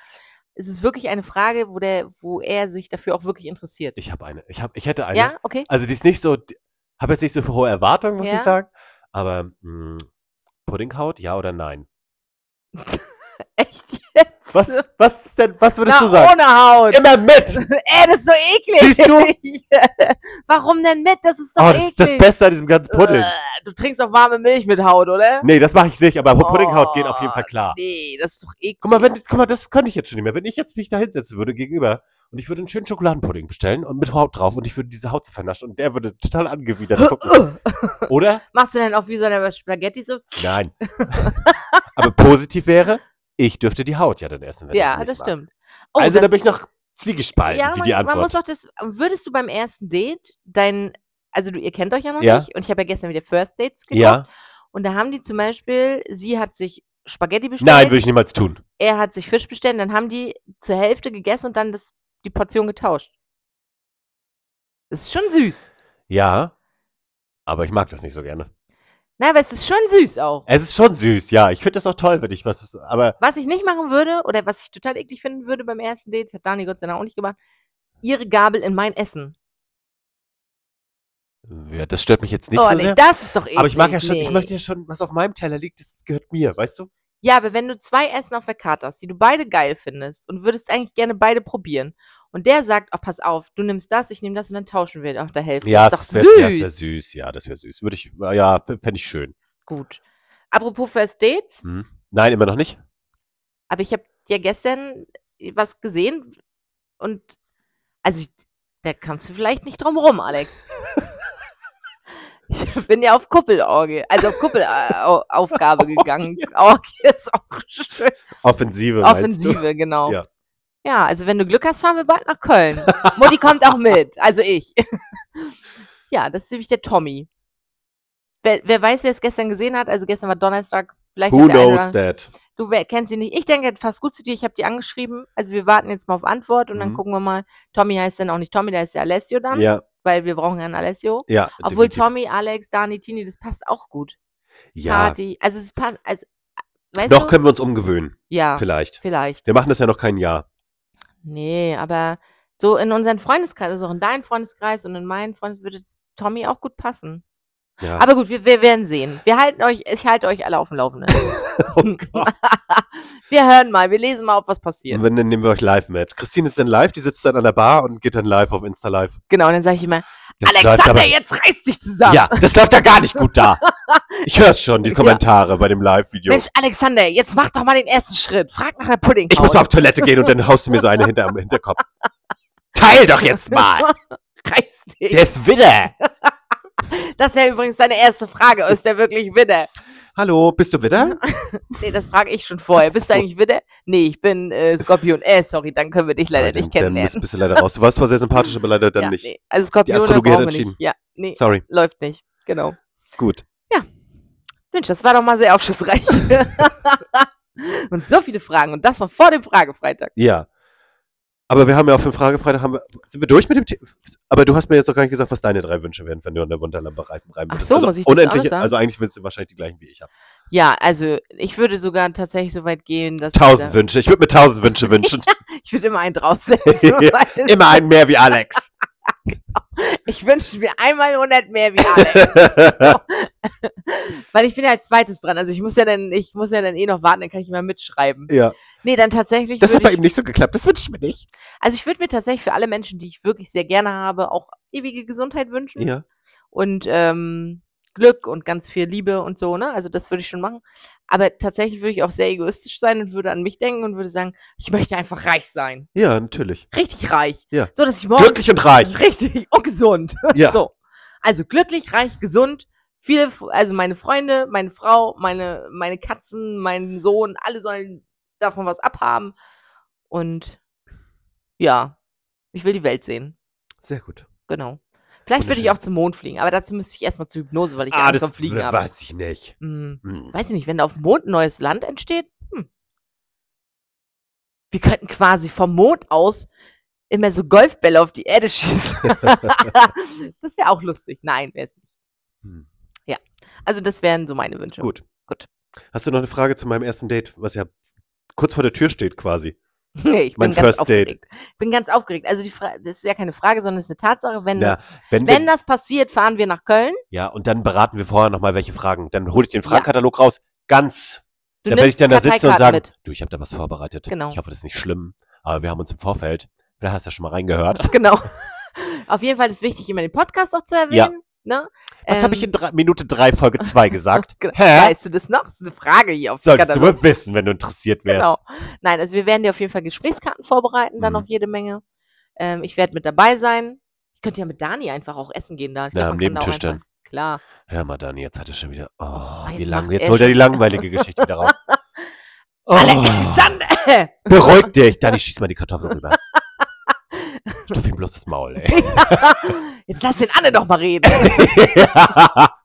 Speaker 1: Es ist wirklich eine Frage, wo, der, wo er sich dafür auch wirklich interessiert.
Speaker 2: Ich habe eine. Ich, hab, ich hätte eine.
Speaker 1: Ja, okay.
Speaker 2: Also die ist nicht so, habe jetzt nicht so hohe Erwartungen, muss
Speaker 1: Ja.
Speaker 2: ich sagen. Aber mh, Puddinghaut, ja oder nein?
Speaker 1: Echt jetzt?
Speaker 2: Was, was, ist denn, was würdest
Speaker 1: Na,
Speaker 2: du sagen?
Speaker 1: ohne Haut.
Speaker 2: Immer mit!
Speaker 1: Ey, das ist so eklig.
Speaker 2: Siehst
Speaker 1: Warum denn mit? Das ist doch
Speaker 2: Oh, das
Speaker 1: eklig.
Speaker 2: ist das Beste an diesem ganzen Pudding.
Speaker 1: Äh, Du trinkst auch warme Milch mit Haut, oder?
Speaker 2: Nee, das mache ich nicht, aber
Speaker 1: Oh.
Speaker 2: Puddinghaut geht auf jeden Fall klar.
Speaker 1: Nee, das ist doch eklig.
Speaker 2: Guck mal, wenn, guck mal, das könnte ich jetzt schon nicht mehr. Wenn ich jetzt mich da hinsetzen würde gegenüber und ich würde einen schönen Schokoladenpudding bestellen und mit Haut drauf und ich würde diese Haut vernaschen und der würde total angewidert gucken. Oder?
Speaker 1: Machst du denn auch wie so eine Spaghetti so?
Speaker 2: Nein. aber positiv wäre, ich dürfte die Haut ja dann essen. Wenn ich sie
Speaker 1: ja,
Speaker 2: nicht
Speaker 1: das
Speaker 2: mag.
Speaker 1: stimmt. Oh,
Speaker 2: Also da
Speaker 1: das-
Speaker 2: bin ich noch zwiegespalten,
Speaker 1: ja,
Speaker 2: wie
Speaker 1: man,
Speaker 2: die Antwort.
Speaker 1: man muss auch das. Würdest du beim ersten Date dein, also du, ihr kennt euch ja noch
Speaker 2: Ja.
Speaker 1: nicht, und ich habe ja gestern wieder First Dates geguckt.
Speaker 2: ja,
Speaker 1: Und da haben die zum Beispiel, sie hat sich Spaghetti bestellt,
Speaker 2: nein, würde ich niemals tun.
Speaker 1: er hat sich Fisch bestellt, dann haben die zur Hälfte gegessen und dann das, die Portion getauscht. Das ist schon süß.
Speaker 2: Ja, aber ich mag das nicht so gerne.
Speaker 1: Na, aber es ist schon süß auch.
Speaker 2: Es ist schon süß, ja. Ich finde das auch toll, wenn ich was. Aber
Speaker 1: Was ich nicht machen würde, oder was ich total eklig finden würde beim ersten Date, hat Dani Gott sei Dank auch nicht gemacht, ihre Gabel in mein Essen.
Speaker 2: äh, ja, das stört mich jetzt nicht
Speaker 1: oh,
Speaker 2: so
Speaker 1: nee,
Speaker 2: sehr.
Speaker 1: das ist doch eklig.
Speaker 2: aber ich mag ja schon, ich
Speaker 1: nee.
Speaker 2: möchte ja schon, was auf meinem Teller liegt, das gehört mir, weißt du?
Speaker 1: Ja, aber wenn du zwei Essen auf der Karte hast, die du beide geil findest und würdest eigentlich gerne beide probieren und der sagt, oh, pass auf, du nimmst das, ich nehme das und dann tauschen wir auf der Hälfte.
Speaker 2: Ja,
Speaker 1: ist
Speaker 2: das
Speaker 1: doch
Speaker 2: wäre
Speaker 1: süß.
Speaker 2: wär süß, ja, das wäre süß. Würde ich, ja, fände ich schön.
Speaker 1: Gut. Apropos First Dates,
Speaker 2: Hm. Nein, immer noch nicht.
Speaker 1: aber ich habe ja gestern äh, was gesehen und also ich, da kamst du vielleicht nicht drum rum, Alex. Ich bin ja auf Kuppelorgel, also auf Kuppelaufgabe gegangen. Orgel ist auch schön.
Speaker 2: Offensive, meinst du?
Speaker 1: Offensive, genau.
Speaker 2: Ja.
Speaker 1: Ja. also wenn du Glück hast, fahren wir bald nach Köln. Mutti kommt auch mit, also ich. ja, das ist nämlich der Tommy. Wer, wer weiß, wer es gestern gesehen hat, also gestern war Donnerstag, vielleicht
Speaker 2: Who
Speaker 1: hat der eine oder
Speaker 2: knows that?
Speaker 1: Du wer- kennst sie nicht. Ich denke, das passt gut zu dir. Ich habe die angeschrieben. Also wir warten jetzt mal auf Antwort und dann
Speaker 2: Mhm.
Speaker 1: gucken wir mal. Tommy heißt dann auch nicht Tommy, der heißt ja Alessio dann,
Speaker 2: Ja,
Speaker 1: weil wir brauchen ja einen Alessio.
Speaker 2: ja.
Speaker 1: Obwohl
Speaker 2: definitiv.
Speaker 1: Tommy, Alex, Dani, Tini, das passt auch gut.
Speaker 2: Ja,
Speaker 1: Party. Also es passt. Also, weißt
Speaker 2: doch
Speaker 1: du?
Speaker 2: können wir uns umgewöhnen,
Speaker 1: Ja,
Speaker 2: vielleicht.
Speaker 1: vielleicht.
Speaker 2: Wir machen das ja noch kein Jahr.
Speaker 1: Nee, aber so in unseren Freundeskreis, also auch in deinen Freundeskreis und in meinen Freundeskreis würde Tommy auch gut passen.
Speaker 2: Ja.
Speaker 1: Aber gut, wir, wir werden sehen. Wir halten euch, ich halte euch alle auf dem Laufenden.
Speaker 2: Oh Gott.
Speaker 1: wir hören mal, wir lesen mal, ob was passiert.
Speaker 2: Und wenn, dann nehmen wir euch live mit. Christine ist dann live, die sitzt dann an der Bar und geht dann live auf Insta live.
Speaker 1: Genau, und dann sage ich immer,
Speaker 2: Das läuft
Speaker 1: Alexander,
Speaker 2: aber,
Speaker 1: jetzt reiß dich zusammen.
Speaker 2: Ja, das läuft ja gar nicht gut da. Ich hör's schon, die
Speaker 1: Ja.
Speaker 2: Kommentare bei dem Live-Video.
Speaker 1: Mensch, Alexander, jetzt mach doch mal den ersten Schritt. Frag nach der Pudding.
Speaker 2: Ich muss auf Toilette gehen und dann haust du mir so eine hinter am Hinterkopf. Teil doch jetzt mal!
Speaker 1: Reiß dich.
Speaker 2: Der ist Widder!
Speaker 1: Das wäre übrigens deine erste Frage. Ist der wirklich Widder?
Speaker 2: Hallo, bist du Widder?
Speaker 1: Nee, das frage ich schon vorher. Bist du
Speaker 2: So.
Speaker 1: eigentlich Widder? Nee, ich bin äh, Skorpion. Äh, sorry, dann können wir dich leider
Speaker 2: Nein, dann,
Speaker 1: nicht
Speaker 2: dann
Speaker 1: kennenlernen.
Speaker 2: bist, bist du leider raus. Du warst zwar sehr sympathisch, aber leider dann
Speaker 1: ja,
Speaker 2: nicht.
Speaker 1: Nee. Also Skorpion
Speaker 2: Astrologie hat
Speaker 1: brauchen wir
Speaker 2: entschieden.
Speaker 1: nicht. Ja, nee,
Speaker 2: Sorry.
Speaker 1: läuft nicht. Genau.
Speaker 2: Gut.
Speaker 1: Mensch, das war doch mal sehr aufschlussreich. und so viele Fragen und das noch vor dem Fragefreitag.
Speaker 2: Ja. Aber wir haben ja auf dem Fragefreitag, haben wir, sind wir durch mit dem Thema? Aber du hast mir jetzt noch gar nicht gesagt, was deine drei Wünsche wären, wenn du an der Wunderlampe Reifen rein
Speaker 1: Ach
Speaker 2: würdest.
Speaker 1: so,
Speaker 2: also
Speaker 1: muss ich das auch
Speaker 2: unendliche-
Speaker 1: sagen?
Speaker 2: Also eigentlich willst du wahrscheinlich die gleichen wie ich haben.
Speaker 1: Ja, also ich würde sogar tatsächlich so weit gehen, dass ich
Speaker 2: Tausend
Speaker 1: sag-
Speaker 2: Wünsche. Ich würde mir tausend Wünsche wünschen.
Speaker 1: Ich würde immer einen draufsetzen. weil-
Speaker 2: Immer einen mehr wie Alex.
Speaker 1: Ich wünsche mir einmal 100 mehr wie Alex. Weil ich bin ja als zweites dran. Also ich muss ja dann, ich muss ja dann eh noch warten, dann kann ich mal mitschreiben.
Speaker 2: ja.
Speaker 1: Nee, dann tatsächlich.
Speaker 2: Das hat
Speaker 1: würde
Speaker 2: bei
Speaker 1: ich,
Speaker 2: ihm nicht so geklappt. Das wünsche ich mir nicht.
Speaker 1: also ich würde mir tatsächlich für alle Menschen, die ich wirklich sehr gerne habe, auch ewige Gesundheit wünschen.
Speaker 2: Ja.
Speaker 1: Und ähm, Glück und ganz viel Liebe und so, ne? Also das würde ich schon machen. Aber tatsächlich würde ich auch sehr egoistisch sein und würde an mich denken und würde sagen, ich möchte einfach reich sein.
Speaker 2: Ja, natürlich.
Speaker 1: Richtig reich.
Speaker 2: Ja.
Speaker 1: So, dass ich morgens
Speaker 2: Glücklich und reich.
Speaker 1: Richtig und gesund.
Speaker 2: Ja.
Speaker 1: So. Also glücklich, reich, gesund. Viele, F- also meine Freunde, meine Frau, meine, meine Katzen, mein Sohn, alle sollen davon was abhaben. Und ja, ich will die Welt sehen.
Speaker 2: Sehr gut.
Speaker 1: Genau. Vielleicht würde ich
Speaker 2: Wunderschön.
Speaker 1: auch zum Mond fliegen, aber dazu müsste ich erstmal zur Hypnose, weil ich
Speaker 2: ah,
Speaker 1: Angst
Speaker 2: das
Speaker 1: vom Fliegen
Speaker 2: w-
Speaker 1: habe.
Speaker 2: weiß ich nicht.
Speaker 1: Hm.
Speaker 2: Hm.
Speaker 1: Weiß ich nicht, wenn da auf dem Mond ein neues Land entsteht, hm. Wir könnten quasi vom Mond aus immer so Golfbälle auf die Erde schießen. das wäre auch lustig. Nein, wäre es nicht.
Speaker 2: Hm.
Speaker 1: Also, das wären so meine Wünsche.
Speaker 2: Gut.
Speaker 1: Gut.
Speaker 2: Hast du noch eine Frage zu meinem ersten Date, was ja kurz vor der Tür steht quasi?
Speaker 1: Nee, ich bin
Speaker 2: Mein
Speaker 1: ganz
Speaker 2: First Date.
Speaker 1: aufgeregt. Ich bin ganz aufgeregt. Also, die Fra das ist ja keine Frage, sondern es ist eine Tatsache. Wenn,
Speaker 2: Na,
Speaker 1: das,
Speaker 2: wenn, wir-
Speaker 1: wenn das passiert, fahren wir nach Köln.
Speaker 2: Ja, und dann beraten wir vorher nochmal, welche Fragen. Dann hole ich den Fragenkatalog raus. Ganz.
Speaker 1: Du
Speaker 2: dann werde ich
Speaker 1: nimmst
Speaker 2: dann da sitzen und
Speaker 1: Karteikarten
Speaker 2: sagen,
Speaker 1: mit.
Speaker 2: du, ich habe da was vorbereitet.
Speaker 1: Genau.
Speaker 2: Ich hoffe, das ist nicht schlimm. Aber wir haben uns im Vorfeld, da hast du ja schon mal reingehört.
Speaker 1: Genau. Auf jeden Fall ist wichtig, immer den Podcast auch zu erwähnen. Ne?
Speaker 2: Was habe ich in drei, Minute 3, Folge 2 gesagt?
Speaker 1: Genau.
Speaker 2: Hä?
Speaker 1: Weißt du das noch? Das ist eine Frage hier auf dem
Speaker 2: Solltest du
Speaker 1: Katalog.
Speaker 2: wohl wissen, wenn du interessiert wärst.
Speaker 1: Genau. Nein, also wir werden dir auf jeden Fall Gesprächskarten vorbereiten, dann
Speaker 2: Mhm.
Speaker 1: noch jede Menge. Ähm, ich werde mit dabei sein. Ich könnte ja mit Dani einfach auch essen gehen da. Ich
Speaker 2: Na,
Speaker 1: glaub,
Speaker 2: am
Speaker 1: man kann da auch
Speaker 2: Nebentisch
Speaker 1: einfach- Klar.
Speaker 2: Hör mal, Dani, jetzt hat er schon wieder. Oh, wie
Speaker 1: Genau. jetzt
Speaker 2: lang.
Speaker 1: macht
Speaker 2: Jetzt
Speaker 1: er
Speaker 2: holt er die langweilige Geschichte wieder raus. Oh,
Speaker 1: Alexander!
Speaker 2: beruhig dich. Dani, schieß mal die Kartoffel rüber. Stopf ihm bloß das Maul, ey.
Speaker 1: Jetzt lass den Anne doch mal reden.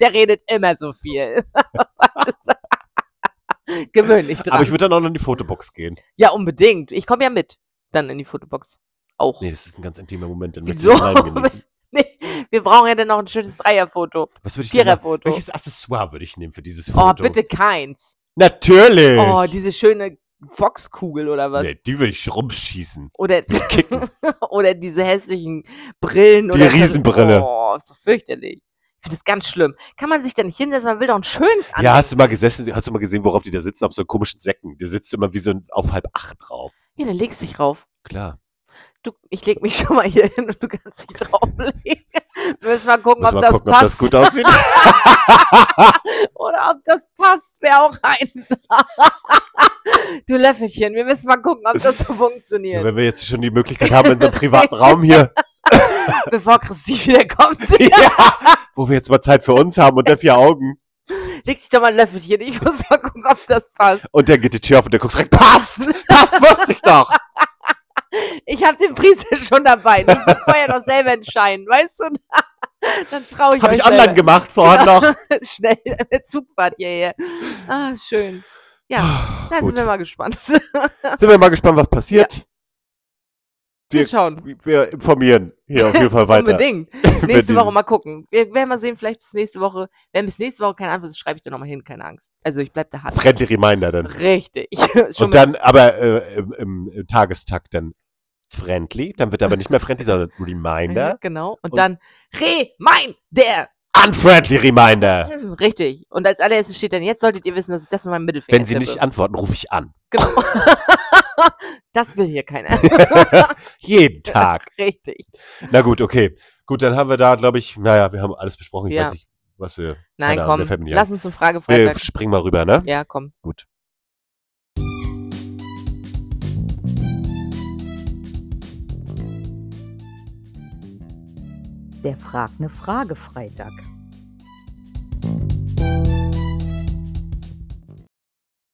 Speaker 1: Der redet immer so viel. Gewöhnlich dran.
Speaker 2: Aber ich würde dann auch noch in die Fotobox gehen.
Speaker 1: ja, unbedingt. Ich komme ja mit. Dann in die Fotobox. Auch.
Speaker 2: Nee, das ist ein ganz intimer Moment. Den
Speaker 1: Wieso?
Speaker 2: Wieso? Genießen.
Speaker 1: Nee, wir brauchen ja dann noch ein schönes Dreierfoto.
Speaker 2: Was würde ich denn machen?
Speaker 1: Viererfoto.
Speaker 2: Welches Accessoire würde ich nehmen für dieses
Speaker 1: Oh,
Speaker 2: Foto?
Speaker 1: bitte keins.
Speaker 2: Natürlich!
Speaker 1: Oh, diese schöne Foxkugel oder was?
Speaker 2: nee, die würde ich rumschießen.
Speaker 1: Oder,
Speaker 2: Kicken.
Speaker 1: oder diese hässlichen Brillen.
Speaker 2: Die
Speaker 1: oder so-
Speaker 2: Riesenbrille.
Speaker 1: Oh, so fürchterlich. Ich finde das ganz schlimm. Kann man sich da nicht hinsetzen? Man will doch ein schönes
Speaker 2: ja,
Speaker 1: anziehen.
Speaker 2: hast du mal gesessen, hast du mal gesehen, worauf die da sitzen? Auf so komischen Säcken. Die sitzt immer wie so ein, auf halb acht drauf.
Speaker 1: Ja, dann legst du dich rauf.
Speaker 2: Klar.
Speaker 1: Du, ich leg mich schon mal hier hin und du kannst dich drauflegen. Wir müssen mal gucken,
Speaker 2: Muss
Speaker 1: ob
Speaker 2: mal
Speaker 1: das
Speaker 2: gucken, ob
Speaker 1: passt.
Speaker 2: das gut aussieht.
Speaker 1: Oder ob das passt, wäre auch eins. du Löffelchen, wir müssen mal gucken, ob das so
Speaker 2: Ja,
Speaker 1: funktioniert.
Speaker 2: wenn wir jetzt schon die Möglichkeit haben, in so einem privaten Raum hier
Speaker 1: bevor Christine wieder kommt.
Speaker 2: ja, wo wir jetzt mal Zeit für uns haben unter vier Augen.
Speaker 1: Leg dich doch mal ein Löffelchen. Ich muss mal gucken, ob das passt.
Speaker 2: Und dann geht die Tür auf und der guckt rein. Passt! Passt, wusste ich doch!
Speaker 1: Ich habe den Priester schon dabei. Ich muss vorher noch selber entscheiden, weißt du? Dann traue ich
Speaker 2: Habe
Speaker 1: euch
Speaker 2: ich online gemacht vorhin noch.
Speaker 1: selber. Schnell, Zugfahrt hierher. Ah, schön. Ja, da sind
Speaker 2: Ah, Gut.
Speaker 1: wir mal gespannt.
Speaker 2: Sind wir mal gespannt, was passiert.
Speaker 1: Wir
Speaker 2: Wir-
Speaker 1: schauen.
Speaker 2: Wir informieren hier auf jeden Fall weiter.
Speaker 1: Unbedingt.
Speaker 2: Über
Speaker 1: Nächste Woche
Speaker 2: diesen-
Speaker 1: mal gucken. Wir werden mal sehen, vielleicht bis nächste Woche. Wenn bis nächste Woche keine Antwort ist, schreibe ich dir nochmal hin, keine Angst. Also ich bleib da hart.
Speaker 2: Friendly Reminder dann.
Speaker 1: Richtig. Schon
Speaker 2: Und dann aber äh, im, im, im Tagestakt dann friendly. Dann wird aber nicht mehr friendly, sondern
Speaker 1: mal-
Speaker 2: Reminder.
Speaker 1: Genau. Und,
Speaker 2: Und-
Speaker 1: dann Reminder.
Speaker 2: Unfriendly Reminder.
Speaker 1: Richtig. Und als allererstes steht dann, jetzt solltet ihr wissen, dass ich das mit meinem Mittelfinger
Speaker 2: Wenn sie
Speaker 1: tippe.
Speaker 2: nicht antworten, rufe ich an.
Speaker 1: Genau. das will hier keiner.
Speaker 2: Jeden Tag.
Speaker 1: Richtig.
Speaker 2: Na gut, okay. Gut, dann haben wir da, glaube ich, naja, wir haben alles besprochen. Ich
Speaker 1: Ja.
Speaker 2: weiß nicht, was wir.
Speaker 1: Nein,
Speaker 2: Keine Ahnung,
Speaker 1: komm.
Speaker 2: mir fällt mir nicht
Speaker 1: Lass uns zum
Speaker 2: Wir
Speaker 1: Fragefreitag.
Speaker 2: springen mal rüber, ne?
Speaker 1: Ja, komm.
Speaker 2: Gut.
Speaker 3: Der Frag ne Frage Freitag.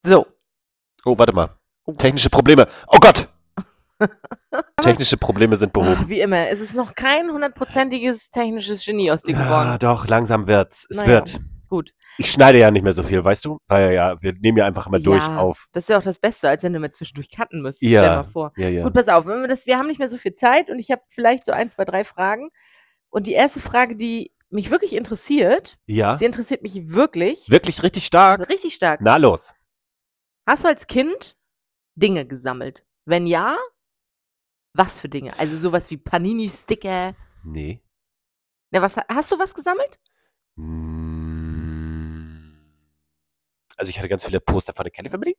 Speaker 1: So.
Speaker 2: Oh, warte mal.
Speaker 1: Oh.
Speaker 2: Technische Probleme. Oh Gott! Technische Probleme sind behoben.
Speaker 1: Wie immer, es ist noch kein hundertprozentiges technisches Genie aus dir geworden.
Speaker 2: Ah, doch, langsam wird's. Es
Speaker 1: Naja,
Speaker 2: wird.
Speaker 1: gut.
Speaker 2: Ich schneide ja nicht mehr so viel, weißt du? Weil ja, wir nehmen ja einfach immer durch
Speaker 1: Ja.
Speaker 2: auf.
Speaker 1: Das ist ja auch das Beste, als wenn du mal zwischendurch cutten müsstest.
Speaker 2: Ja.
Speaker 1: Stell dir mal vor.
Speaker 2: Ja, ja.
Speaker 1: Gut, pass auf. Wenn wir, das, wir haben nicht mehr so viel Zeit und ich habe vielleicht so ein, zwei, drei Fragen. Und die erste Frage, die mich wirklich interessiert,
Speaker 2: ja.
Speaker 1: sie interessiert mich wirklich, also
Speaker 2: Wirklich richtig stark.
Speaker 1: richtig stark.
Speaker 2: Na los.
Speaker 1: Hast du als Kind Dinge gesammelt? Wenn ja, was für Dinge? Also sowas wie Panini-Sticker.
Speaker 2: Nee.
Speaker 1: Na, was, hast du was gesammelt?
Speaker 2: Mm. Also ich hatte ganz viele Poster von der Kelly Family.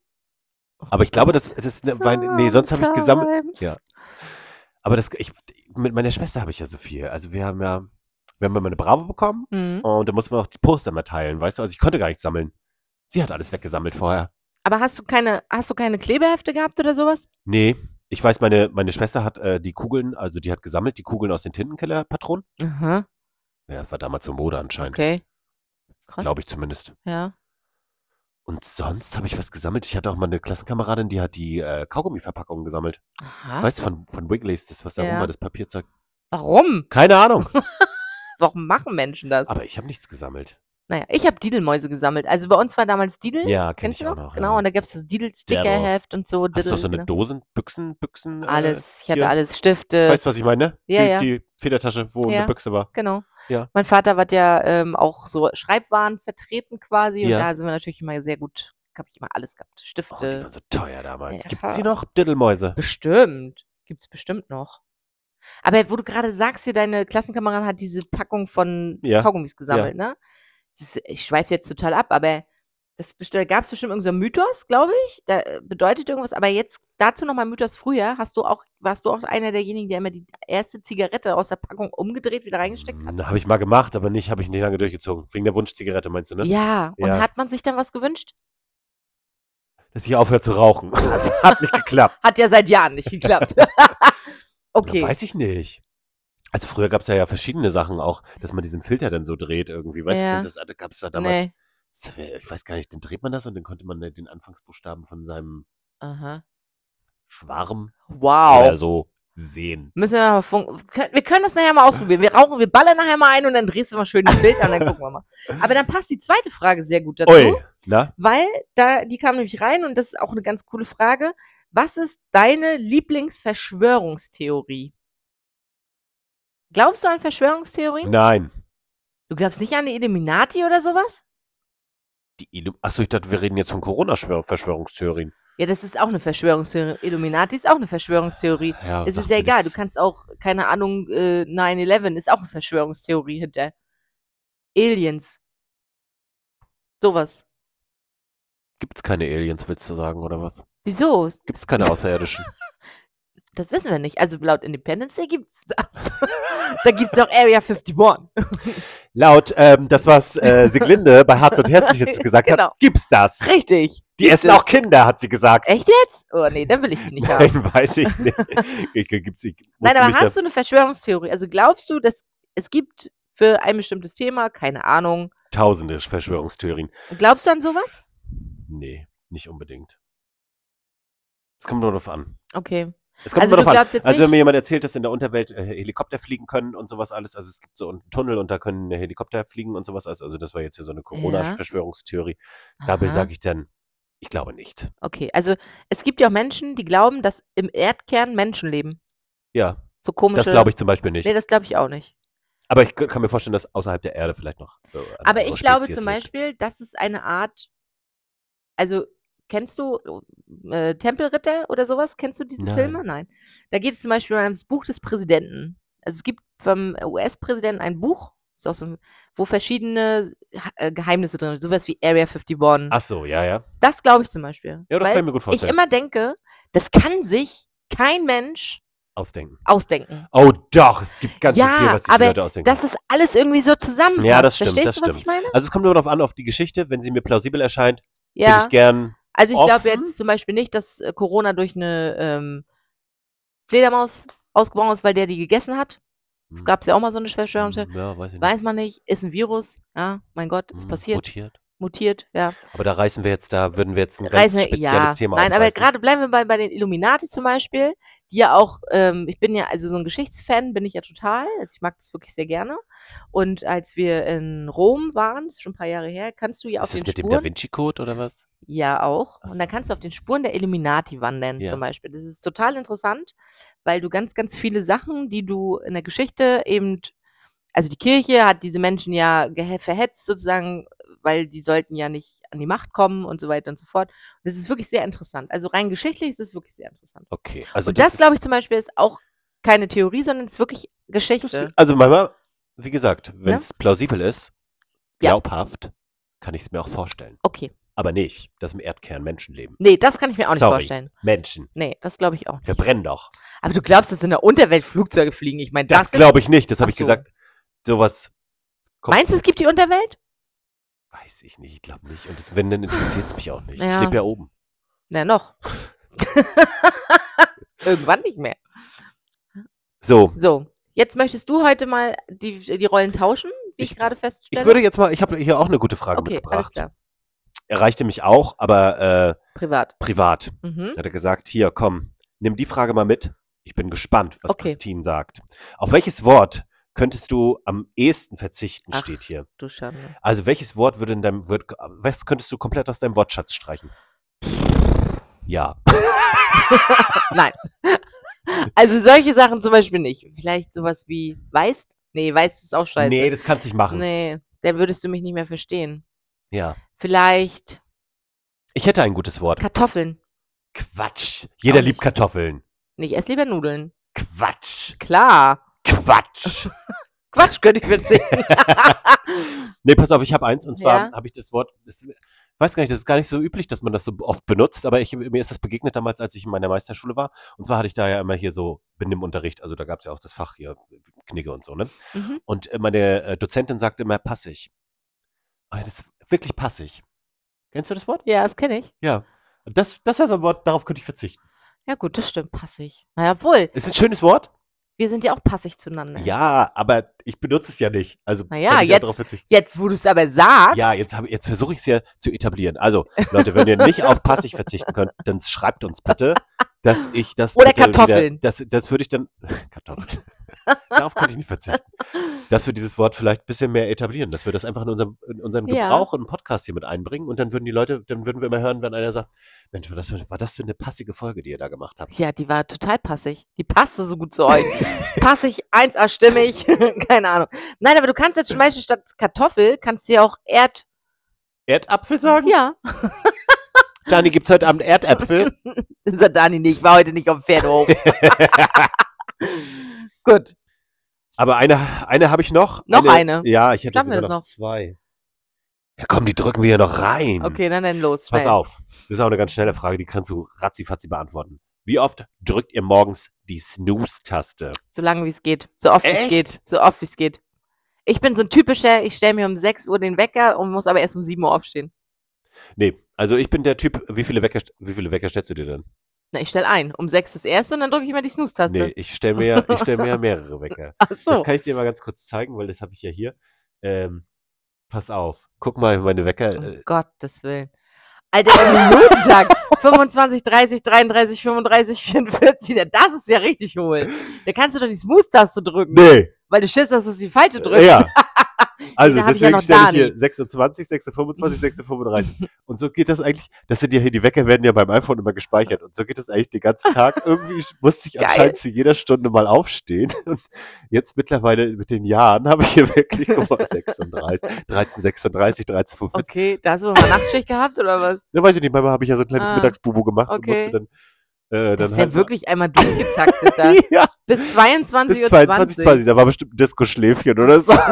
Speaker 1: Oh
Speaker 2: Aber ich glaube, das, das ist eine, weil, nee, sonst habe ich gesammelt.
Speaker 1: Sometimes.
Speaker 2: Ja. Aber das, ich, mit meiner Schwester habe ich ja so viel. Also wir haben ja, wir haben ja mal eine Bravo bekommen
Speaker 1: Mhm.
Speaker 2: und da mussten wir auch die Poster mal teilen, weißt du? Also ich konnte gar nichts sammeln. Sie hat alles weggesammelt vorher.
Speaker 1: Aber hast du keine, hast du keine Klebehefte gehabt oder sowas?
Speaker 2: Nee, ich weiß, meine, meine Schwester hat äh, die Kugeln, also die hat gesammelt, die Kugeln aus den Tintenkiller-Patronen.
Speaker 1: Aha,
Speaker 2: Ja, das war damals so Mode anscheinend.
Speaker 1: okay. Krass.
Speaker 2: Glaube ich zumindest.
Speaker 1: Ja.
Speaker 2: Und sonst habe ich was gesammelt. Ich hatte auch mal eine Klassenkameradin, die hat die äh, Kaugummi-Verpackung gesammelt.
Speaker 1: Aha.
Speaker 2: Weißt du, von, von Wrigley's, das, was da
Speaker 1: Ah, Ja.
Speaker 2: rum war, das Papierzeug.
Speaker 1: Warum?
Speaker 2: Keine Ahnung.
Speaker 1: Warum machen Menschen das?
Speaker 2: Aber ich habe nichts gesammelt.
Speaker 1: Naja, ich habe Didelmäuse gesammelt. Also bei uns war damals Didel.
Speaker 2: Ja, kenne
Speaker 1: Kennst
Speaker 2: ich
Speaker 1: du
Speaker 2: auch
Speaker 1: noch?
Speaker 2: noch.
Speaker 1: genau,
Speaker 2: ja.
Speaker 1: und da gab es das
Speaker 2: Didel.
Speaker 1: Didel-Stickerheft und so.
Speaker 2: Hast du
Speaker 1: Didel,
Speaker 2: auch so eine
Speaker 1: genau.
Speaker 2: Dosen, Büchsen, Büchsen?
Speaker 1: Alles. Ich hatte
Speaker 2: hier.
Speaker 1: alles. Stifte.
Speaker 2: Äh, weißt du, was ich meine?
Speaker 1: Ja,
Speaker 2: die,
Speaker 1: ja.
Speaker 2: die Federtasche, wo
Speaker 1: Ja.
Speaker 2: eine Büchse war.
Speaker 1: Genau.
Speaker 2: Ja.
Speaker 1: Mein Vater war ja ähm, auch so Schreibwaren vertreten quasi. Und
Speaker 2: Ja.
Speaker 1: da sind wir natürlich immer sehr gut, habe ich immer alles gehabt.
Speaker 2: Oh, die
Speaker 1: Stifte.
Speaker 2: waren so teuer damals.
Speaker 1: Äh, Ja.
Speaker 2: Gibt es die noch? Diddelmäuse.
Speaker 1: bestimmt. Gibt's bestimmt noch. Aber wo du gerade sagst, hier deine Klassenkameradin hat diese Packung von
Speaker 2: Ja.
Speaker 1: Kaugummis gesammelt, ne? Das, ist- ich schweife jetzt total ab, aber das gab es bestimmt irgendeinen Mythos, glaube ich. Da äh, bedeutet irgendwas. Aber jetzt dazu nochmal Mythos früher. Hast du auch, warst du auch einer derjenigen, der immer die erste Zigarette aus der Packung umgedreht wieder reingesteckt hat?
Speaker 2: Habe ich mal gemacht, aber nicht, habe ich nicht lange durchgezogen. Wegen der Wunschzigarette, meinst du, ne?
Speaker 1: Ja, und
Speaker 2: Ja.
Speaker 1: hat man sich dann was gewünscht?
Speaker 2: Dass ich aufhöre zu rauchen. das hat nicht geklappt.
Speaker 1: Hat ja seit Jahren nicht geklappt. okay.
Speaker 2: Na, weiß ich nicht. Also früher gab es ja, ja verschiedene Sachen auch, dass man diesen Filter dann so dreht irgendwie. Weißt
Speaker 1: Ja.
Speaker 2: du, kennst du das gab es da damals.
Speaker 1: Nee.
Speaker 2: Das- Ich weiß gar nicht, dann dreht man das und dann konnte man den Anfangsbuchstaben von seinem
Speaker 1: Aha.
Speaker 2: Schwarm
Speaker 1: Wow.
Speaker 2: oder so sehen.
Speaker 1: Müssen wir mal funken. Kön- Wir können das nachher mal ausprobieren. Wir rauchen, wir ballern nachher mal ein und dann drehst du mal schön das Bild an, dann gucken wir mal. Aber dann passt die zweite Frage sehr gut dazu,
Speaker 2: Ui, na?
Speaker 1: weil da, die kam nämlich rein und das ist auch eine ganz coole Frage. Was ist deine Lieblingsverschwörungstheorie? Glaubst du an Verschwörungstheorien?
Speaker 2: Nein.
Speaker 1: Du glaubst nicht an die Illuminati oder sowas?
Speaker 2: Die Illum Achso, ich dachte, wir reden jetzt von Corona-Verschwörungstheorien.
Speaker 1: Ja, das ist auch eine Verschwörungstheorie. Illuminati ist auch eine Verschwörungstheorie.
Speaker 2: Ja,
Speaker 1: Es
Speaker 2: sagt
Speaker 1: ist ja
Speaker 2: mir
Speaker 1: egal, du
Speaker 2: nix.
Speaker 1: kannst auch, keine Ahnung, äh, 9-11 ist auch eine Verschwörungstheorie hinter. Aliens. Sowas.
Speaker 2: Gibt's keine Aliens, willst du sagen, oder was?
Speaker 1: Wieso?
Speaker 2: Gibt's keine Außerirdischen?
Speaker 1: Das wissen wir nicht. Also laut Independence Day gibt es das. da gibt es auch Area 51.
Speaker 2: Laut ähm, das, was äh, Siglinde bei Herz und Herzlich jetzt gesagt
Speaker 1: Genau.
Speaker 2: hat, gibt's das.
Speaker 1: Richtig.
Speaker 2: Die essen
Speaker 1: es.
Speaker 2: auch Kinder, hat sie gesagt.
Speaker 1: Echt jetzt? Oh nee, dann will ich die nicht haben.
Speaker 2: Nein, weiß ich nicht. Ich, ich- gibt's, ich
Speaker 1: Nein,
Speaker 2: musste
Speaker 1: aber
Speaker 2: mich
Speaker 1: hast du eine Verschwörungstheorie? Also glaubst du, dass es gibt für ein bestimmtes Thema, keine Ahnung.
Speaker 2: da tausende Verschwörungstheorien.
Speaker 1: Glaubst du an sowas?
Speaker 2: Nee, nicht unbedingt. Es kommt nur darauf an.
Speaker 1: Okay.
Speaker 2: Es kommt
Speaker 1: also du
Speaker 2: nur darauf an.
Speaker 1: glaubst jetzt
Speaker 2: Also wenn mir
Speaker 1: nicht?
Speaker 2: jemand erzählt, dass in der Unterwelt äh, Helikopter fliegen können und sowas alles, also es gibt so einen Tunnel und da können Helikopter fliegen und sowas alles, also das war jetzt hier so eine Corona-Verschwörungstheorie, dabei
Speaker 1: Aha.
Speaker 2: sage ich dann, ich glaube nicht.
Speaker 1: Okay, also es gibt ja auch Menschen, die glauben, dass im Erdkern Menschen leben.
Speaker 2: Ja,
Speaker 1: So komische.
Speaker 2: das glaube ich zum Beispiel nicht.
Speaker 1: Nee, das glaube ich auch nicht.
Speaker 2: Aber ich kann mir vorstellen, dass außerhalb der Erde vielleicht noch. äh, eine
Speaker 1: Aber
Speaker 2: andere
Speaker 1: ich glaube
Speaker 2: Spezies
Speaker 1: zum
Speaker 2: lebt.
Speaker 1: Beispiel, das ist eine Art. Also, kennst du äh, Tempelritter oder sowas? Kennst du diese Filme? Nein. Da geht es zum Beispiel um das Buch des Präsidenten. Also, es gibt vom US-Präsidenten ein Buch, ist auch so, ein- wo verschiedene äh, Geheimnisse drin sind. Sowas wie Area 51.
Speaker 2: Ach so, ja, ja.
Speaker 1: das glaube ich zum Beispiel.
Speaker 2: Ah. Ja, das
Speaker 1: weil
Speaker 2: kann ich mir gut
Speaker 1: ich
Speaker 2: vorstellen.
Speaker 1: immer denke, das kann sich kein Mensch
Speaker 2: Ausdenken.
Speaker 1: ausdenken.
Speaker 2: Oh doch, es gibt ganz schön
Speaker 1: Ja,
Speaker 2: viel, was diese
Speaker 1: aber
Speaker 2: Leute ausdenken.
Speaker 1: Das ist alles irgendwie so zusammen.
Speaker 2: Genau. das stimmt,
Speaker 1: Verstehst
Speaker 2: das
Speaker 1: du, was
Speaker 2: stimmt.
Speaker 1: ich meine?
Speaker 2: also es kommt immer darauf an, auf die Geschichte. Wenn sie mir plausibel erscheint, bin
Speaker 1: Ja.
Speaker 2: ich gern
Speaker 1: Also ich glaube
Speaker 2: offen?
Speaker 1: jetzt zum Beispiel nicht, dass äh, Corona durch eine ähm, Fledermaus ausgebrochen ist, weil der die gegessen hat. Es
Speaker 2: Hm.
Speaker 1: gab ja auch mal so eine Verschwörung.
Speaker 2: Hm, Ja, weiß ich nicht.
Speaker 1: Weiß man nicht, ist ein Virus. Ja, mein Gott, ist
Speaker 2: Hm,
Speaker 1: passiert,
Speaker 2: Mutiert.
Speaker 1: mutiert, ja.
Speaker 2: Aber da reißen wir jetzt, da würden wir jetzt ein ganz
Speaker 1: Reisen-
Speaker 2: spezielles
Speaker 1: ja.
Speaker 2: Thema
Speaker 1: Nein, aber
Speaker 2: aufreißen.
Speaker 1: gerade bleiben wir bei, bei den Illuminati zum Beispiel, die ja auch, ähm, ich bin ja, also so ein Geschichtsfan bin ich ja total, also ich mag das wirklich sehr gerne. Und als wir in Rom waren, das ist schon ein paar Jahre her, kannst du ja auf
Speaker 2: Ist das
Speaker 1: den
Speaker 2: mit dem
Speaker 1: Spuren
Speaker 2: Da Vinci Code oder was?
Speaker 1: Ja, auch.
Speaker 2: Ach
Speaker 1: Und dann
Speaker 2: so.
Speaker 1: kannst du auf den Spuren der Illuminati wandern,
Speaker 2: Ja.
Speaker 1: zum Beispiel. Das ist total interessant, weil du ganz, ganz viele Sachen, die du in der Geschichte eben, also die Kirche hat diese Menschen ja gehe- verhetzt sozusagen, weil die sollten ja nicht an die Macht kommen und so weiter und so fort. Und das ist wirklich sehr interessant. Also rein geschichtlich ist es wirklich sehr interessant.
Speaker 2: Okay, also
Speaker 1: und das,
Speaker 2: ist-
Speaker 1: glaube ich, zum Beispiel ist auch keine Theorie, sondern es ist wirklich Geschichte.
Speaker 2: Also manchmal, wie gesagt, wenn es plausibel ist,
Speaker 1: Ja.
Speaker 2: glaubhaft, kann ich es mir auch vorstellen.
Speaker 1: Okay.
Speaker 2: Aber nicht, dass im Erdkern Menschen leben.
Speaker 1: Nee, das kann ich mir auch nicht
Speaker 2: Sorry.
Speaker 1: vorstellen.
Speaker 2: Menschen,
Speaker 1: Nee, das glaube ich auch
Speaker 2: wir
Speaker 1: nicht.
Speaker 2: brennen doch.
Speaker 1: Aber du glaubst, dass in der Unterwelt Flugzeuge fliegen? Ich meine, das,
Speaker 2: Das glaube ich nicht, das habe
Speaker 1: Ach
Speaker 2: ich
Speaker 1: so.
Speaker 2: gesagt. Sowas kommt.
Speaker 1: Meinst du, es gibt die Unterwelt?
Speaker 2: Weiß ich nicht, ich glaube nicht. Und das, wenn, dann interessiert es mich auch nicht. Ich
Speaker 1: Ja.
Speaker 2: lebe ja oben.
Speaker 1: Na, noch. Irgendwann nicht mehr.
Speaker 2: So,
Speaker 1: So, jetzt möchtest du heute mal die, die Rollen tauschen, wie ich,
Speaker 2: Ich-
Speaker 1: gerade feststelle.
Speaker 2: ich würde jetzt mal, ich habe hier auch eine gute Frage
Speaker 1: okay, alles
Speaker 2: mitgebracht.
Speaker 1: klar.
Speaker 2: Erreichte mich auch, aber äh,
Speaker 1: Privat.
Speaker 2: privat.
Speaker 1: Mhm.
Speaker 2: Dann hat er gesagt, hier, komm, nimm die Frage mal mit. Ich bin gespannt, was
Speaker 1: Okay.
Speaker 2: Christine sagt. Auf welches Wort könntest du am ehesten verzichten,
Speaker 1: Ach.
Speaker 2: steht hier.
Speaker 1: Du Schande.
Speaker 2: Also welches Wort würde in deinem, würd, was könntest du komplett aus deinem Wortschatz streichen? Ja.
Speaker 1: Nein. also solche Sachen zum Beispiel nicht. Vielleicht sowas wie weißt? Nee, weißt ist auch scheiße.
Speaker 2: Nee, das kannst du nicht machen.
Speaker 1: nee, dann würdest du mich nicht mehr verstehen.
Speaker 2: Ja.
Speaker 1: Vielleicht
Speaker 2: Ich hätte ein gutes Wort.
Speaker 1: Kartoffeln.
Speaker 2: Quatsch. Jeder
Speaker 1: Auch
Speaker 2: liebt
Speaker 1: nicht.
Speaker 2: Kartoffeln.
Speaker 1: Nee, ich esse lieber Nudeln.
Speaker 2: Quatsch.
Speaker 1: Klar.
Speaker 2: Quatsch.
Speaker 1: Quatsch könnte ich mir sehen.
Speaker 2: Nee, pass auf, ich habe eins und zwar
Speaker 1: Ja.
Speaker 2: habe ich das Wort. Das, weiß gar nicht, das ist gar nicht so üblich, dass man das so oft benutzt, aber ich, mir ist das begegnet damals, als ich in meiner Meisterschule war. Und zwar hatte ich da ja immer hier so Benimmunterricht, also da gab es ja auch das Fach hier, Knigge und so, ne?
Speaker 1: mhm.
Speaker 2: Und äh, meine äh, Dozentin sagte immer passig. Aber Das ist wirklich passig. Kennst du das Wort?
Speaker 1: Ja, das kenne ich.
Speaker 2: Ja. Das, das war so ein Wort, darauf könnte ich verzichten.
Speaker 1: Ja gut, das stimmt, passig. Naja, obwohl,
Speaker 2: Ist ein schönes Wort?
Speaker 1: wir sind ja auch passig zueinander.
Speaker 2: Ja, aber ich benutze es ja nicht. Also
Speaker 1: Na ja,
Speaker 2: könnte ich
Speaker 1: jetzt-
Speaker 2: darauf verzichten.
Speaker 1: Jetzt, wo du es aber sagst,
Speaker 2: Ja, jetzt, hab- jetzt versuche ich es ja zu etablieren. Also, Leute, wenn ihr nicht auf passig verzichten könnt, dann schreibt uns bitte, dass ich das.
Speaker 1: Oder
Speaker 2: bitte Wieder,
Speaker 1: Kartoffeln.
Speaker 2: das das würde ich dann. Kartoffeln. Darauf könnte ich nicht verzichten. Dass wir dieses Wort vielleicht ein bisschen mehr etablieren, dass wir das einfach in unserem, in unserem
Speaker 1: Ja.
Speaker 2: Gebrauch und Podcast hier mit einbringen und dann würden die Leute, dann würden wir immer hören, wenn einer sagt: Mensch, war das, für, war das für eine passige Folge, die ihr da gemacht habt?
Speaker 1: ja, die war total passig. Die passte so gut zu euch. passig, 1A stimmig, keine Ahnung. Nein, aber du kannst jetzt zum Beispiel statt Kartoffel, kannst du ja auch Erd...
Speaker 2: Erdapfel sagen?
Speaker 1: Ja, Genau.
Speaker 2: Dani, gibt's heute Abend Erdäpfel?
Speaker 1: sagt Dani nicht, war heute nicht auf dem Pferdehof. gut,
Speaker 2: Aber eine, eine habe ich noch.
Speaker 1: Noch eine?
Speaker 2: Ja, ich hätte
Speaker 1: Schaffen wir
Speaker 2: sogar
Speaker 1: das noch?
Speaker 2: zwei. Ja, komm, die drücken wir hier noch rein.
Speaker 1: okay, dann, dann los, schnell.
Speaker 2: Pass auf. Das ist auch eine ganz schnelle Frage, die kannst du ratzifatzi beantworten. Wie oft drückt ihr morgens die Snooze-Taste?
Speaker 1: So lange wie es geht. So oft wie es geht. So oft wie es geht. Ich bin so ein typischer, ich stelle mir um 6 Uhr den Wecker und muss aber erst um 7 Uhr aufstehen.
Speaker 2: Nee, also ich bin der Typ, wie viele Wecker, wie viele Wecker stellst du dir denn?
Speaker 1: Na, ich stelle ein. Um 6 das erste und dann drücke ich mal die Snooze-Taste.
Speaker 2: Nee, ich stelle mir, ja- ich stell mir ja mehrere Wecker.
Speaker 1: Ach
Speaker 2: Das
Speaker 1: so.
Speaker 2: kann ich dir mal ganz kurz zeigen, weil das habe ich ja hier. Ähm, pass auf. Guck mal, meine Wecker.
Speaker 1: Um
Speaker 2: Äh,
Speaker 1: Gottes Willen. Alter, im Minutentag. 25, 30, 33, 35, 44. Ja, Das ist ja richtig hohl. Da kannst du doch die Snooze-Taste drücken,
Speaker 2: nee,
Speaker 1: weil du schiss, dass es die falsche drückt.
Speaker 2: ja. Also,
Speaker 1: Diese hab ich ja
Speaker 2: deswegen
Speaker 1: noch
Speaker 2: stelle
Speaker 1: da
Speaker 2: ich hier
Speaker 1: liegen.
Speaker 2: 26, 625, 635. Und so geht das eigentlich. Das sind ja hier, die Wecker werden ja beim iPhone immer gespeichert. Und so geht das eigentlich den ganzen Tag. Irgendwie musste ich
Speaker 1: Geil.
Speaker 2: anscheinend zu jeder Stunde mal aufstehen. Und jetzt mittlerweile mit den Jahren habe ich hier wirklich guck mal, 36, 13, 36, 13, 45.
Speaker 1: Okay, da hast du mal Nachtschicht gehabt oder was?
Speaker 2: Ja, weiß ich nicht, manchmal habe ich ja so ein kleines
Speaker 1: Ah,
Speaker 2: Mittagsbubu gemacht
Speaker 1: okay.
Speaker 2: und musste dann, äh,
Speaker 1: Das
Speaker 2: dann
Speaker 1: ist
Speaker 2: halt
Speaker 1: ja wirklich einmal durchgetaktet da.
Speaker 2: ja,
Speaker 1: Bis 22.20
Speaker 2: bis
Speaker 1: Uhr.
Speaker 2: 22, 20, da war bestimmt ein Disco-Schläfchen oder so.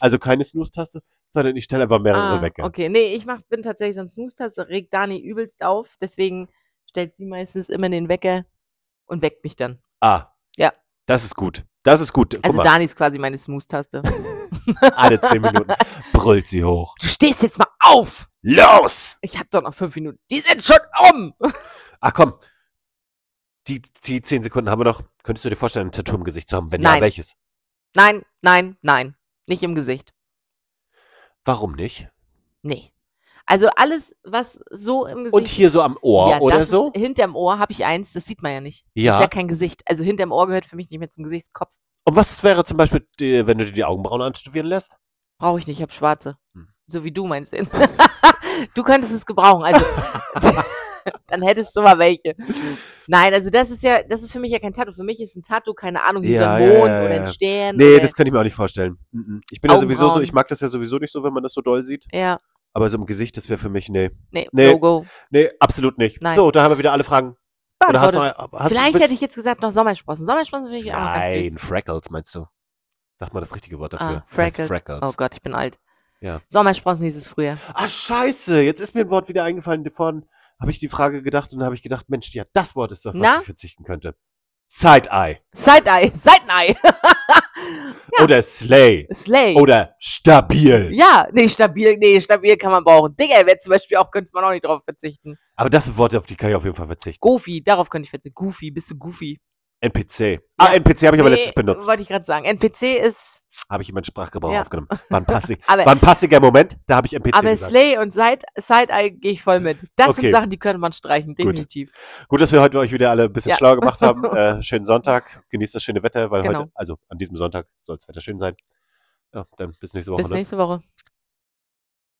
Speaker 2: Also keine Snooze-Taste, sondern ich stelle einfach mehrere
Speaker 1: Ah,
Speaker 2: Wecker.
Speaker 1: Okay, nee, ich mach, bin tatsächlich so ein Snooze-Taste, regt Dani übelst auf, deswegen stellt sie meistens immer den Wecker und weckt mich dann.
Speaker 2: Ah.
Speaker 1: Ja.
Speaker 2: Das ist gut. Das ist gut. Guck
Speaker 1: Also
Speaker 2: mal,
Speaker 1: Dani ist quasi meine Snooze-Taste.
Speaker 2: alle 10 Minuten brüllt sie hoch.
Speaker 1: Du stehst jetzt mal auf!
Speaker 2: Los!
Speaker 1: Ich hab doch noch fünf Minuten. Die sind schon um!
Speaker 2: Ach komm. Die, die 10 Sekunden haben wir noch. Könntest du dir vorstellen, ein Tattoo im Gesicht zu haben? Wenn
Speaker 1: Nein.
Speaker 2: ja, welches?
Speaker 1: Nein, nein, nein. Nicht im Gesicht.
Speaker 2: Warum nicht?
Speaker 1: Nee. Also alles, was so im Gesicht.
Speaker 2: Und hier so am Ohr
Speaker 1: ja,
Speaker 2: oder
Speaker 1: das
Speaker 2: so?
Speaker 1: Ist, hinterm Ohr habe ich eins, das sieht man ja nicht. Ist ja
Speaker 2: Ja.
Speaker 1: kein Gesicht. Also hinterm Ohr gehört für mich nicht mehr zum Gesichtskopf.
Speaker 2: Und was wäre zum Beispiel, die, wenn du dir die Augenbrauen anstudieren lässt?
Speaker 1: Brauche ich nicht, ich habe schwarze.
Speaker 2: Hm.
Speaker 1: So wie du meinst. Den. du könntest es gebrauchen. Also, dann hättest du mal welche. Nein, also das ist ja, das ist für mich ja kein Tattoo. Für mich ist ein Tattoo, keine Ahnung, wie
Speaker 2: Ja,
Speaker 1: so ein
Speaker 2: ja,
Speaker 1: Mond
Speaker 2: ja,
Speaker 1: oder
Speaker 2: ja.
Speaker 1: ein Stern.
Speaker 2: Nee,
Speaker 1: oder,
Speaker 2: das kann ich mir auch nicht vorstellen. Mhm. Ich bin ja sowieso so,
Speaker 1: Äh, Augenbrauen.
Speaker 2: ich mag das ja sowieso nicht so, wenn man das so doll sieht.
Speaker 1: Ja,
Speaker 2: Aber so im Gesicht, das wäre für mich, nee.
Speaker 1: nee,
Speaker 2: Nee.
Speaker 1: no go.
Speaker 2: Nee, absolut nicht.
Speaker 1: Nein.
Speaker 2: So, da haben wir wieder alle Fragen. Oder hast du,
Speaker 1: Beantwortet.
Speaker 2: hast
Speaker 1: Vielleicht
Speaker 2: du, willst-
Speaker 1: hätte ich jetzt gesagt, noch Sommersprossen. Sommersprossen finde ich auch noch ganz
Speaker 2: Nein,
Speaker 1: süß.
Speaker 2: Freckles meinst du? Sag mal das richtige Wort dafür.
Speaker 1: Ah,
Speaker 2: Das heißt
Speaker 1: Freckles. Oh
Speaker 2: Freckles.
Speaker 1: Gott, ich bin alt.
Speaker 2: Ja.
Speaker 1: Sommersprossen hieß es früher.
Speaker 2: Ah, scheiße, jetzt ist mir ein Wort wieder eingefallen. Vorhin habe ich die Frage gedacht und habe ich gedacht, Mensch, ja, das Wort ist doch, was
Speaker 1: Na?
Speaker 2: ich verzichten könnte. Side-Eye
Speaker 1: Side-Eye, Side-Eye.
Speaker 2: oder Slay
Speaker 1: Slay.
Speaker 2: oder stabil.
Speaker 1: Ja, nee, stabil, nee, stabil kann man brauchen. Digga, wäre zum Beispiel auch, könnte man auch nicht drauf verzichten.
Speaker 2: Aber das sind Worte, auf die kann ich auf jeden Fall verzichten.
Speaker 1: Goofy, darauf könnte ich verzichten. Goofy, bist du goofy?
Speaker 2: NPC. Ah, NPC habe ich aber letztens benutzt.
Speaker 1: Wollte ich gerade sagen. NPC ist,
Speaker 2: Habe ich in meinen Sprachgebrauch
Speaker 1: Ja.
Speaker 2: aufgenommen. War ein, passi
Speaker 1: aber,
Speaker 2: war ein passiger Moment, da habe ich NPC
Speaker 1: aber
Speaker 2: gesagt.
Speaker 1: Slay und Side- Side-Eye gehe ich voll mit. Das sind
Speaker 2: Okay.
Speaker 1: Sachen, die könnte man streichen, definitiv.
Speaker 2: Gut, dass wir heute euch wieder alle ein bisschen
Speaker 1: Ja.
Speaker 2: schlauer gemacht haben. Äh, schönen Sonntag. Genießt das schöne Wetter, weil
Speaker 1: Genau.
Speaker 2: heute, also an diesem Sonntag, soll das Wetter schön sein. Ja, dann bis nächste Woche.
Speaker 1: Bis
Speaker 2: ne?
Speaker 1: nächste Woche.